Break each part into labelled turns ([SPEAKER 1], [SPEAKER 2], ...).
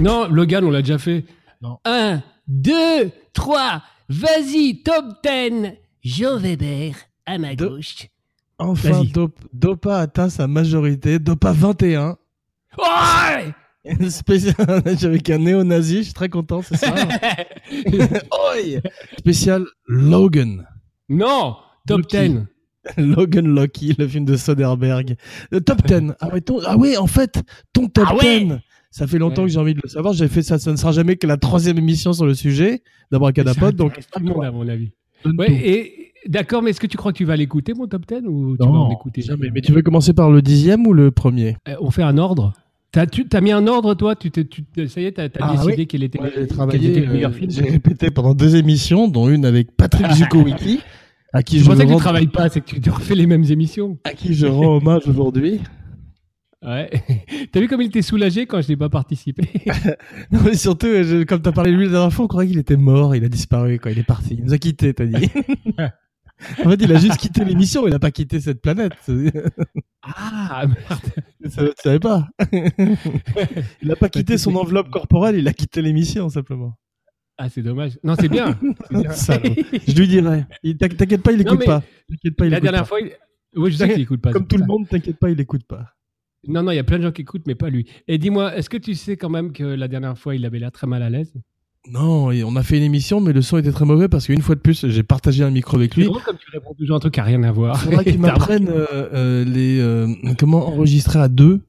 [SPEAKER 1] Non, Logan, on l'a déjà fait.
[SPEAKER 2] Non.
[SPEAKER 1] 1, 2, 3, vas-y, top 10. Jean Weber, à ma
[SPEAKER 2] Deux.
[SPEAKER 1] gauche.
[SPEAKER 2] Enfin,
[SPEAKER 1] Vas-y.
[SPEAKER 2] Dop- Dopa atteint sa majorité. Dopa 21.
[SPEAKER 1] Ouais
[SPEAKER 2] Une spéciale avec un néo-nazi. Je suis très content, c'est ça. Oi Spécial Logan.
[SPEAKER 1] non, top
[SPEAKER 2] Lucky.
[SPEAKER 1] 10.
[SPEAKER 2] Logan Lucky, le film de Soderbergh. Le top 10. Ah ouais, ton- ah ouais, en fait, ton top
[SPEAKER 1] Ah ouais
[SPEAKER 2] 10. Ça fait longtemps
[SPEAKER 1] Ouais.
[SPEAKER 2] que j'ai envie de le savoir. J'ai fait ça. Ça ne sera jamais que la troisième émission sur le
[SPEAKER 1] Ça
[SPEAKER 2] sujet d'Abracadapod. Donc,
[SPEAKER 1] intéresse tout le monde, à mon avis.
[SPEAKER 2] donne
[SPEAKER 1] Ouais,
[SPEAKER 2] tout.
[SPEAKER 1] et d'accord, mais est-ce que tu crois que tu vas l'écouter, mon top 10 ou tu vas
[SPEAKER 2] non,
[SPEAKER 1] en écouter
[SPEAKER 2] jamais. Mais tu veux commencer par le dixième ou le premier
[SPEAKER 1] Euh, On fait un ordre T'as, tu, t'as mis un ordre, toi tu t'es, tu t'es- Ça y est, t'as, t'as
[SPEAKER 2] Ah,
[SPEAKER 1] décidé
[SPEAKER 2] oui.
[SPEAKER 1] quel était,
[SPEAKER 2] Moi, j'ai
[SPEAKER 1] quels
[SPEAKER 2] travaillé,
[SPEAKER 1] étaient les meilleurs
[SPEAKER 2] euh,
[SPEAKER 1] films
[SPEAKER 2] j'ai répété pendant deux émissions, dont une avec Patrick Zukowicki, à qui
[SPEAKER 1] C'est
[SPEAKER 2] je,
[SPEAKER 1] pour ça
[SPEAKER 2] me
[SPEAKER 1] que tu
[SPEAKER 2] rends-
[SPEAKER 1] travailles pas, c'est que tu te refais les mêmes émissions.
[SPEAKER 2] à qui je rends hommage aujourd'hui.
[SPEAKER 1] Ouais. T'as vu comme il était soulagé quand je n'ai pas participé
[SPEAKER 2] Non, mais surtout, euh, je- comme tu as parlé de lui la dernière fois, on croyait qu'il était mort, il a disparu, quoi, il est parti, il nous a quittés, t'as dit. en fait, il a juste quitté l'émission, il n'a pas quitté cette planète. ça,
[SPEAKER 1] Ah,
[SPEAKER 2] tu savais pas. il n'a pas quitté son
[SPEAKER 1] tout-
[SPEAKER 2] enveloppe corporelle, il a quitté l'émission, simplement.
[SPEAKER 1] ah c'est dommage. Non, c'est bien. C'est bien.
[SPEAKER 2] Salaud. Je lui dirais. T'inquiète pas, il
[SPEAKER 1] Non,
[SPEAKER 2] écoute
[SPEAKER 1] mais
[SPEAKER 2] pas. T'inquiète pas, il
[SPEAKER 1] La
[SPEAKER 2] écoute
[SPEAKER 1] dernière
[SPEAKER 2] pas.
[SPEAKER 1] fois, il- oui, je sais qu'il écoute pas.
[SPEAKER 2] Comme
[SPEAKER 1] c'est
[SPEAKER 2] tout
[SPEAKER 1] pour
[SPEAKER 2] le
[SPEAKER 1] ça.
[SPEAKER 2] monde, t'inquiète pas, il écoute pas.
[SPEAKER 1] Non, non, il y a plein de gens qui écoutent, mais pas lui. Et dis-moi, est-ce que tu sais quand même que la dernière fois, il avait l'air très mal à l'aise
[SPEAKER 2] Non, et on a fait une émission, mais le son était très mauvais parce qu'une fois de plus, j'ai partagé un micro avec
[SPEAKER 1] C'est
[SPEAKER 2] lui.
[SPEAKER 1] drôle comme tu réponds toujours un truc qui a rien à voir.
[SPEAKER 2] Il faudra qu'il
[SPEAKER 1] T'as remarqué.
[SPEAKER 2] m'apprenne euh, euh, les euh, comment enregistrer à deux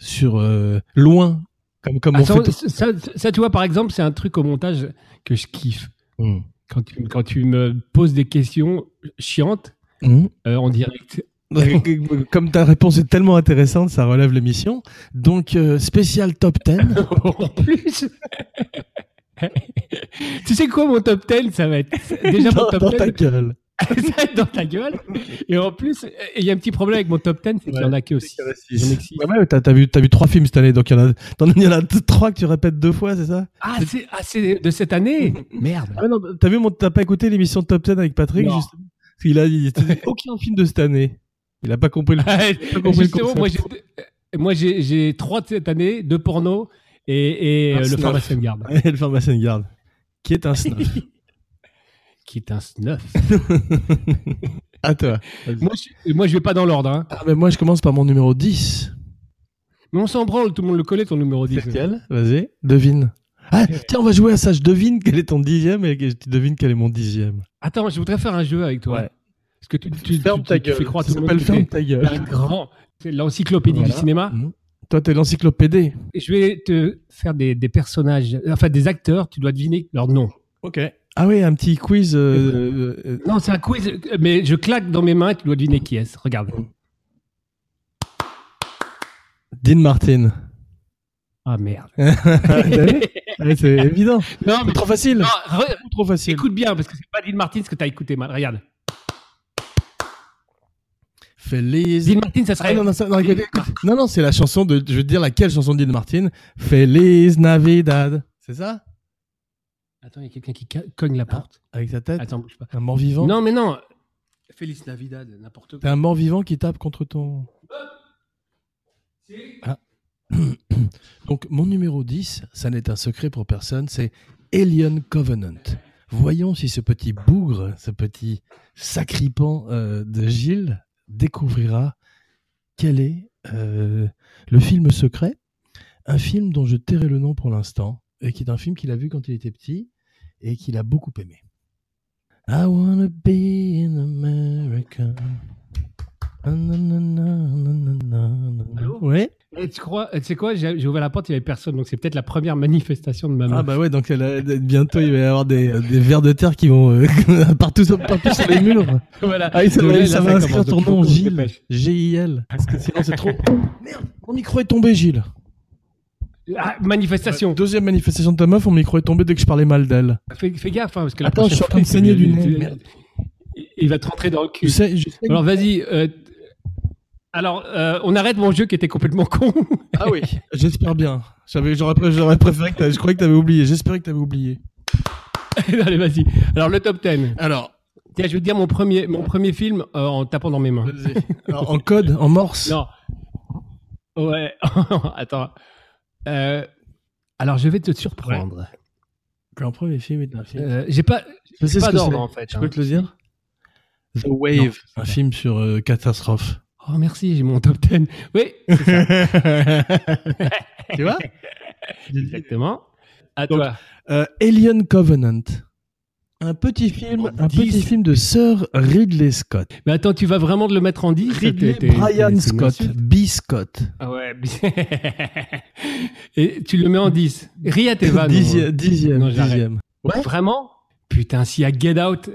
[SPEAKER 2] sur euh, loin, comme comme
[SPEAKER 1] Ah,
[SPEAKER 2] on
[SPEAKER 1] ça,
[SPEAKER 2] fait. tout-
[SPEAKER 1] ça, ça- ça, tu vois, par exemple, c'est un truc au montage que je kiffe.
[SPEAKER 2] Mmh.
[SPEAKER 1] Quand tu, quand tu me poses des questions chiantes
[SPEAKER 2] Mmh.
[SPEAKER 1] euh, en direct.
[SPEAKER 2] comme ta réponse est tellement intéressante, ça relève l'émission. Donc euh, spécial top 10.
[SPEAKER 1] en plus Tu sais quoi, mon top 10, ça va être... Déjà, mon
[SPEAKER 2] dans,
[SPEAKER 1] top
[SPEAKER 2] dans
[SPEAKER 1] 10,
[SPEAKER 2] ta gueule.
[SPEAKER 1] ça va être dans ta gueule. Et en plus, il y a un petit problème avec mon top 10, c'est qu'il y en a que aussi. J'en ai que six.
[SPEAKER 2] Ouais, ouais, t'as t'as vu, t'as vu trois films cette année, donc il y en a, t'en- il y en a t- trois que tu répètes deux fois, c'est ça
[SPEAKER 1] Ah, c'est ah, c'est de cette année Merde.
[SPEAKER 2] Ah ouais, non, t'as vu, mon- t'as pas écouté l'émission Top 10 avec Patrick
[SPEAKER 1] Non.
[SPEAKER 2] justement Parce qu'il a, il t'a dit aucun film de cette année. Il a pas compris le. compris le
[SPEAKER 1] Justement, moi, j'ai, euh, moi, j'ai, j'ai trois de cette année, deux pornos et, et
[SPEAKER 2] Un
[SPEAKER 1] euh, le
[SPEAKER 2] snuff.
[SPEAKER 1] pharmacien de garde,
[SPEAKER 2] Et le pharmacien de garde, qui est un snuff.
[SPEAKER 1] qui est un snuff.
[SPEAKER 2] à toi.
[SPEAKER 1] moi, je, moi, je vais pas dans l'ordre. hein.
[SPEAKER 2] Ah, mais moi, je commence par mon numéro 10.
[SPEAKER 1] Mais on s'en branle, tout le monde le connaît, ton numéro 10.
[SPEAKER 2] Vas-y, devine. Ah, tiens, on va jouer à ça. Je devine quel est ton dixième et je te devine quel est mon dixième.
[SPEAKER 1] Attends, je voudrais faire un jeu avec toi.
[SPEAKER 2] Ouais.
[SPEAKER 1] Parce que tu, tu, tu- tu fais croire à
[SPEAKER 2] Ça
[SPEAKER 1] tout le monde
[SPEAKER 2] s'appelle
[SPEAKER 1] que
[SPEAKER 2] Ferme
[SPEAKER 1] t'es
[SPEAKER 2] ta gueule.
[SPEAKER 1] un grand. C'est l'encyclopédie
[SPEAKER 2] Voilà.
[SPEAKER 1] du cinéma.
[SPEAKER 2] Mhm. Toi, t'es l'encyclopédie.
[SPEAKER 1] Et je vais te faire des, des personnages, enfin des acteurs, tu dois deviner leur nom.
[SPEAKER 2] Ok. Ah oui, un petit quiz. euh, euh, euh,
[SPEAKER 1] Non, c'est un quiz, mais je claque dans mes mains et tu dois deviner qui est-ce. Regarde.
[SPEAKER 2] Mm. Dean Martin.
[SPEAKER 1] Ah merde.
[SPEAKER 2] Ah, t'as vu Ouais, c'est évident.
[SPEAKER 1] Non, mais
[SPEAKER 2] Trop facile.
[SPEAKER 1] non, re-
[SPEAKER 2] Trop facile.
[SPEAKER 1] écoute bien, parce que c'est pas Dean Martin ce que t'as écouté mal. Regarde.
[SPEAKER 2] Feliz.
[SPEAKER 1] Dean Martin, ça
[SPEAKER 2] Ah
[SPEAKER 1] serait.
[SPEAKER 2] non, non, ça- non, écoute, écoute. non, non, c'est la chanson de. Je veux te dire laquelle chanson de Dean Martin. Feliz Navidad. C'est ça
[SPEAKER 1] Attends, il y a quelqu'un qui ca- cogne la porte.
[SPEAKER 2] Avec sa tête
[SPEAKER 1] Attends, bouge pas.
[SPEAKER 2] Un mort-vivant
[SPEAKER 1] Non, mais non. Félix Navidad, n'importe
[SPEAKER 2] T'as un mort-vivant qui tape contre ton. Ah. Donc, mon numéro 10, ça n'est un secret pour personne, c'est Alien Covenant. Voyons si ce petit bougre, ce petit sacripant euh, de Gilles découvrira quel est euh, le film secret. Un film dont je tairai le nom pour l'instant, et qui est un film qu'il a vu quand il était petit et qu'il a beaucoup aimé. I wanna be in America. Na, na, na, na, na, na, na.
[SPEAKER 1] Allô
[SPEAKER 2] Ouais.
[SPEAKER 1] Et Eh, tu crois, tu sais quoi, j'ai j'ai ouvert la porte, il y avait personne, donc c'est peut-être la première manifestation de ma
[SPEAKER 2] Ah
[SPEAKER 1] main.
[SPEAKER 2] bah ouais, donc elle a- bientôt il va y avoir des, des vers de terre qui vont euh, partout, sur- partout sur les murs.
[SPEAKER 1] voilà.
[SPEAKER 2] Ah, ça,
[SPEAKER 1] Donc
[SPEAKER 2] va-
[SPEAKER 1] là,
[SPEAKER 2] ça
[SPEAKER 1] là,
[SPEAKER 2] va
[SPEAKER 1] ça
[SPEAKER 2] inscrire
[SPEAKER 1] commence,
[SPEAKER 2] ton
[SPEAKER 1] donc
[SPEAKER 2] nom,
[SPEAKER 1] faut qu'on se
[SPEAKER 2] Gilles.
[SPEAKER 1] dépêche.
[SPEAKER 2] G-I-L. Parce que sinon c'est trop... Merde, mon micro est tombé, Gilles.
[SPEAKER 1] Ah, manifestation.
[SPEAKER 2] Deuxième manifestation de ta meuf, mon micro est tombé dès que je parlais mal d'elle.
[SPEAKER 1] Fais, fais gaffe, hein, parce que la
[SPEAKER 2] Attends, je suis en train de
[SPEAKER 1] prochaine
[SPEAKER 2] saigner
[SPEAKER 1] fois,
[SPEAKER 2] du
[SPEAKER 1] tu-
[SPEAKER 2] nez.
[SPEAKER 1] tu-
[SPEAKER 2] Merde.
[SPEAKER 1] il- Il va te rentrer dans le
[SPEAKER 2] Tu
[SPEAKER 1] cul.
[SPEAKER 2] sais, je sais-
[SPEAKER 1] Alors vas-y. euh, alors, euh, on arrête mon jeu qui était complètement con.
[SPEAKER 2] Ah oui, j'espère bien. J'avais, j'aurais, pré- j'aurais préféré que t'avais- je croyais que t'avais oublié. J'espérais que t'avais oublié.
[SPEAKER 1] Allez, vas-y. Alors, le top 10.
[SPEAKER 2] Alors,
[SPEAKER 1] Tiens, je vais te dire mon premier, mon premier film euh, en tapant dans mes mains.
[SPEAKER 2] Alors, en code, en morse.
[SPEAKER 1] Non. Ouais. Attends. Euh, Alors, je vais te surprendre.
[SPEAKER 2] Leur premier film est un film.
[SPEAKER 1] Euh, j'ai pas,
[SPEAKER 2] je
[SPEAKER 1] j'ai
[SPEAKER 2] sais ce
[SPEAKER 1] pas
[SPEAKER 2] que
[SPEAKER 1] d'ordre
[SPEAKER 2] c'est.
[SPEAKER 1] en fait.
[SPEAKER 2] Je
[SPEAKER 1] hein.
[SPEAKER 2] peux te le dire The
[SPEAKER 1] Non,
[SPEAKER 2] Wave,
[SPEAKER 1] c'est
[SPEAKER 2] un
[SPEAKER 1] pas.
[SPEAKER 2] film sur euh, catastrophe.
[SPEAKER 1] Oh merci, j'ai mon top 10. Oui,
[SPEAKER 2] tu vois
[SPEAKER 1] exactement. À
[SPEAKER 2] Donc,
[SPEAKER 1] toi.
[SPEAKER 2] Euh, Alien Covenant. Un petit film,
[SPEAKER 1] En
[SPEAKER 2] un
[SPEAKER 1] dix.
[SPEAKER 2] petit film de Sir Ridley Scott.
[SPEAKER 1] Mais attends, tu vas vraiment de le mettre en 10
[SPEAKER 2] Ridley
[SPEAKER 1] t'es- t'es-
[SPEAKER 2] Brian
[SPEAKER 1] c'est une
[SPEAKER 2] Scott,
[SPEAKER 1] insulte.
[SPEAKER 2] B. Scott.
[SPEAKER 1] Ah ouais. Et tu le mets en 10. Ria tes vannes.
[SPEAKER 2] Dixième, dixième,
[SPEAKER 1] Non, j'arrête.
[SPEAKER 2] dixième. euh, Ouais.
[SPEAKER 1] Vraiment Putain, s'il y a Get Out,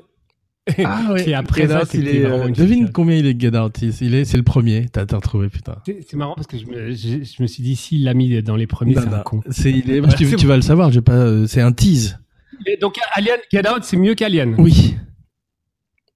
[SPEAKER 2] Ah ouais.
[SPEAKER 1] Et après
[SPEAKER 2] Get
[SPEAKER 1] ça,
[SPEAKER 2] Out,
[SPEAKER 1] c'était
[SPEAKER 2] il est,
[SPEAKER 1] vraiment
[SPEAKER 2] euh,
[SPEAKER 1] une
[SPEAKER 2] devine
[SPEAKER 1] fiction.
[SPEAKER 2] combien il est Get Out. Il- il est- c'est le premier. T'as t'as retrouvé, putain.
[SPEAKER 1] c'est c'est marrant parce que je me, je- je me suis dit, s'il l'a mis dans les premiers, c'est
[SPEAKER 2] Non,
[SPEAKER 1] un
[SPEAKER 2] non.
[SPEAKER 1] con.
[SPEAKER 2] C'est- il est-
[SPEAKER 1] Voilà,
[SPEAKER 2] tu,
[SPEAKER 1] c'est
[SPEAKER 2] tu vas le savoir. j'ai pas. euh, c'est un tease.
[SPEAKER 1] Et donc, Alien, Get Out, c'est mieux qu'Alien.
[SPEAKER 2] Oui.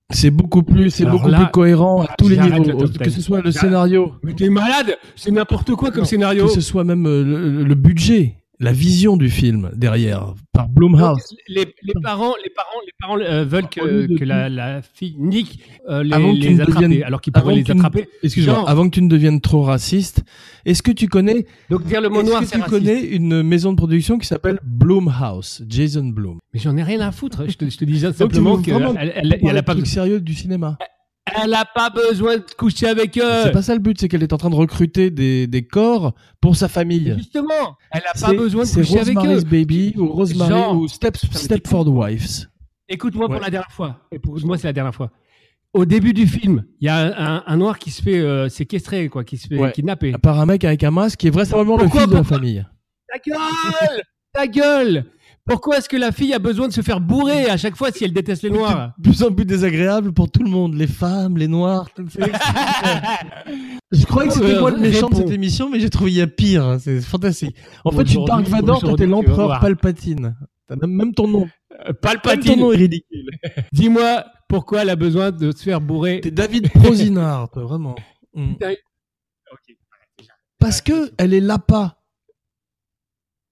[SPEAKER 2] C'est beaucoup plus, c'est
[SPEAKER 1] Alors
[SPEAKER 2] beaucoup
[SPEAKER 1] là,
[SPEAKER 2] plus cohérent à tous les
[SPEAKER 1] j'arrête le
[SPEAKER 2] niveaux. euh,
[SPEAKER 1] top
[SPEAKER 2] Que
[SPEAKER 1] 10.
[SPEAKER 2] ce soit le
[SPEAKER 1] J'arrête.
[SPEAKER 2] scénario,
[SPEAKER 1] Mais t'es malade C'est n'importe quoi comme
[SPEAKER 2] Non,
[SPEAKER 1] scénario.
[SPEAKER 2] que ce soit même euh, le, le budget, la vision du film derrière par Blumhouse.
[SPEAKER 1] Donc, les, les parents, les parents, les parents euh, veulent
[SPEAKER 2] Au lieu
[SPEAKER 1] que,
[SPEAKER 2] de
[SPEAKER 1] que la, la fille Nick euh, les,
[SPEAKER 2] Avant que tu
[SPEAKER 1] les
[SPEAKER 2] ne
[SPEAKER 1] attrape,
[SPEAKER 2] deviennes-
[SPEAKER 1] et- alors qu'ils pourraient
[SPEAKER 2] avant
[SPEAKER 1] les
[SPEAKER 2] que tu ne-
[SPEAKER 1] attraper. Genre.
[SPEAKER 2] Excuse-moi, avant que tu ne deviennes trop raciste, est-ce que tu connais,
[SPEAKER 1] Donc dire le mot noir,
[SPEAKER 2] est-ce que
[SPEAKER 1] c'est raciste.
[SPEAKER 2] tu connais une maison de production qui s'appelle Blumhouse, Jason Blum
[SPEAKER 1] Mais j'en ai rien à foutre. Je te, je te dis juste
[SPEAKER 2] Donc, tu
[SPEAKER 1] simplement
[SPEAKER 2] veux
[SPEAKER 1] qu'elle
[SPEAKER 2] vraiment
[SPEAKER 1] elle, elle, elle a pas,
[SPEAKER 2] truc sérieux du cinéma.
[SPEAKER 1] elle a pas besoin de coucher avec
[SPEAKER 2] C'est
[SPEAKER 1] eux.
[SPEAKER 2] pas ça le but, c'est qu'elle est en train de recruter des, des corps pour sa famille.
[SPEAKER 1] Justement, elle a pas
[SPEAKER 2] C'est-
[SPEAKER 1] besoin de
[SPEAKER 2] c'est
[SPEAKER 1] coucher avec eux.
[SPEAKER 2] Rosemary's Baby ou Rosemary
[SPEAKER 1] Genre.
[SPEAKER 2] ou Step,
[SPEAKER 1] mais
[SPEAKER 2] Stepford Wives.
[SPEAKER 1] Écoute-moi
[SPEAKER 2] Ouais.
[SPEAKER 1] pour la dernière fois. Écoute-moi, c'est la dernière fois. Au début du film, il y a un, un- un noir qui se fait euh, séquestrer, quoi, qui se fait
[SPEAKER 2] Ouais. Ah.
[SPEAKER 1] kidnapper.
[SPEAKER 2] Par un mec avec un masque qui est vraisemblablement le
[SPEAKER 1] Pourquoi-
[SPEAKER 2] fils de la
[SPEAKER 1] pourquoi-
[SPEAKER 2] famille.
[SPEAKER 1] Ta gueule Ta gueule Pourquoi est-ce que la fille a besoin de se faire bourrer à chaque fois si elle déteste les noirs
[SPEAKER 2] de plus en plus désagréable pour tout le monde, les femmes, les noirs. tout- c'est- je croyais que c'était
[SPEAKER 1] Euh,
[SPEAKER 2] moi le méchant de
[SPEAKER 1] réponds.
[SPEAKER 2] cette émission, mais j'ai trouvé il y a pire. hein, C'est fantastique. En fait, tu
[SPEAKER 1] Aujourd'hui,
[SPEAKER 2] Dark Vador, toi,
[SPEAKER 1] aujourd'hui, tu
[SPEAKER 2] t'es
[SPEAKER 1] vas
[SPEAKER 2] l'empereur
[SPEAKER 1] voir.
[SPEAKER 2] Palpatine. T'as même, même ton nom.
[SPEAKER 1] Euh,
[SPEAKER 2] Même ton nom
[SPEAKER 1] Palpatine,
[SPEAKER 2] est ridicule.
[SPEAKER 1] dis-moi pourquoi elle a besoin de se faire bourrer
[SPEAKER 2] T'es David Prozinard, toi, vraiment. Mm.
[SPEAKER 1] Putain,
[SPEAKER 2] Parce que elle est là pas.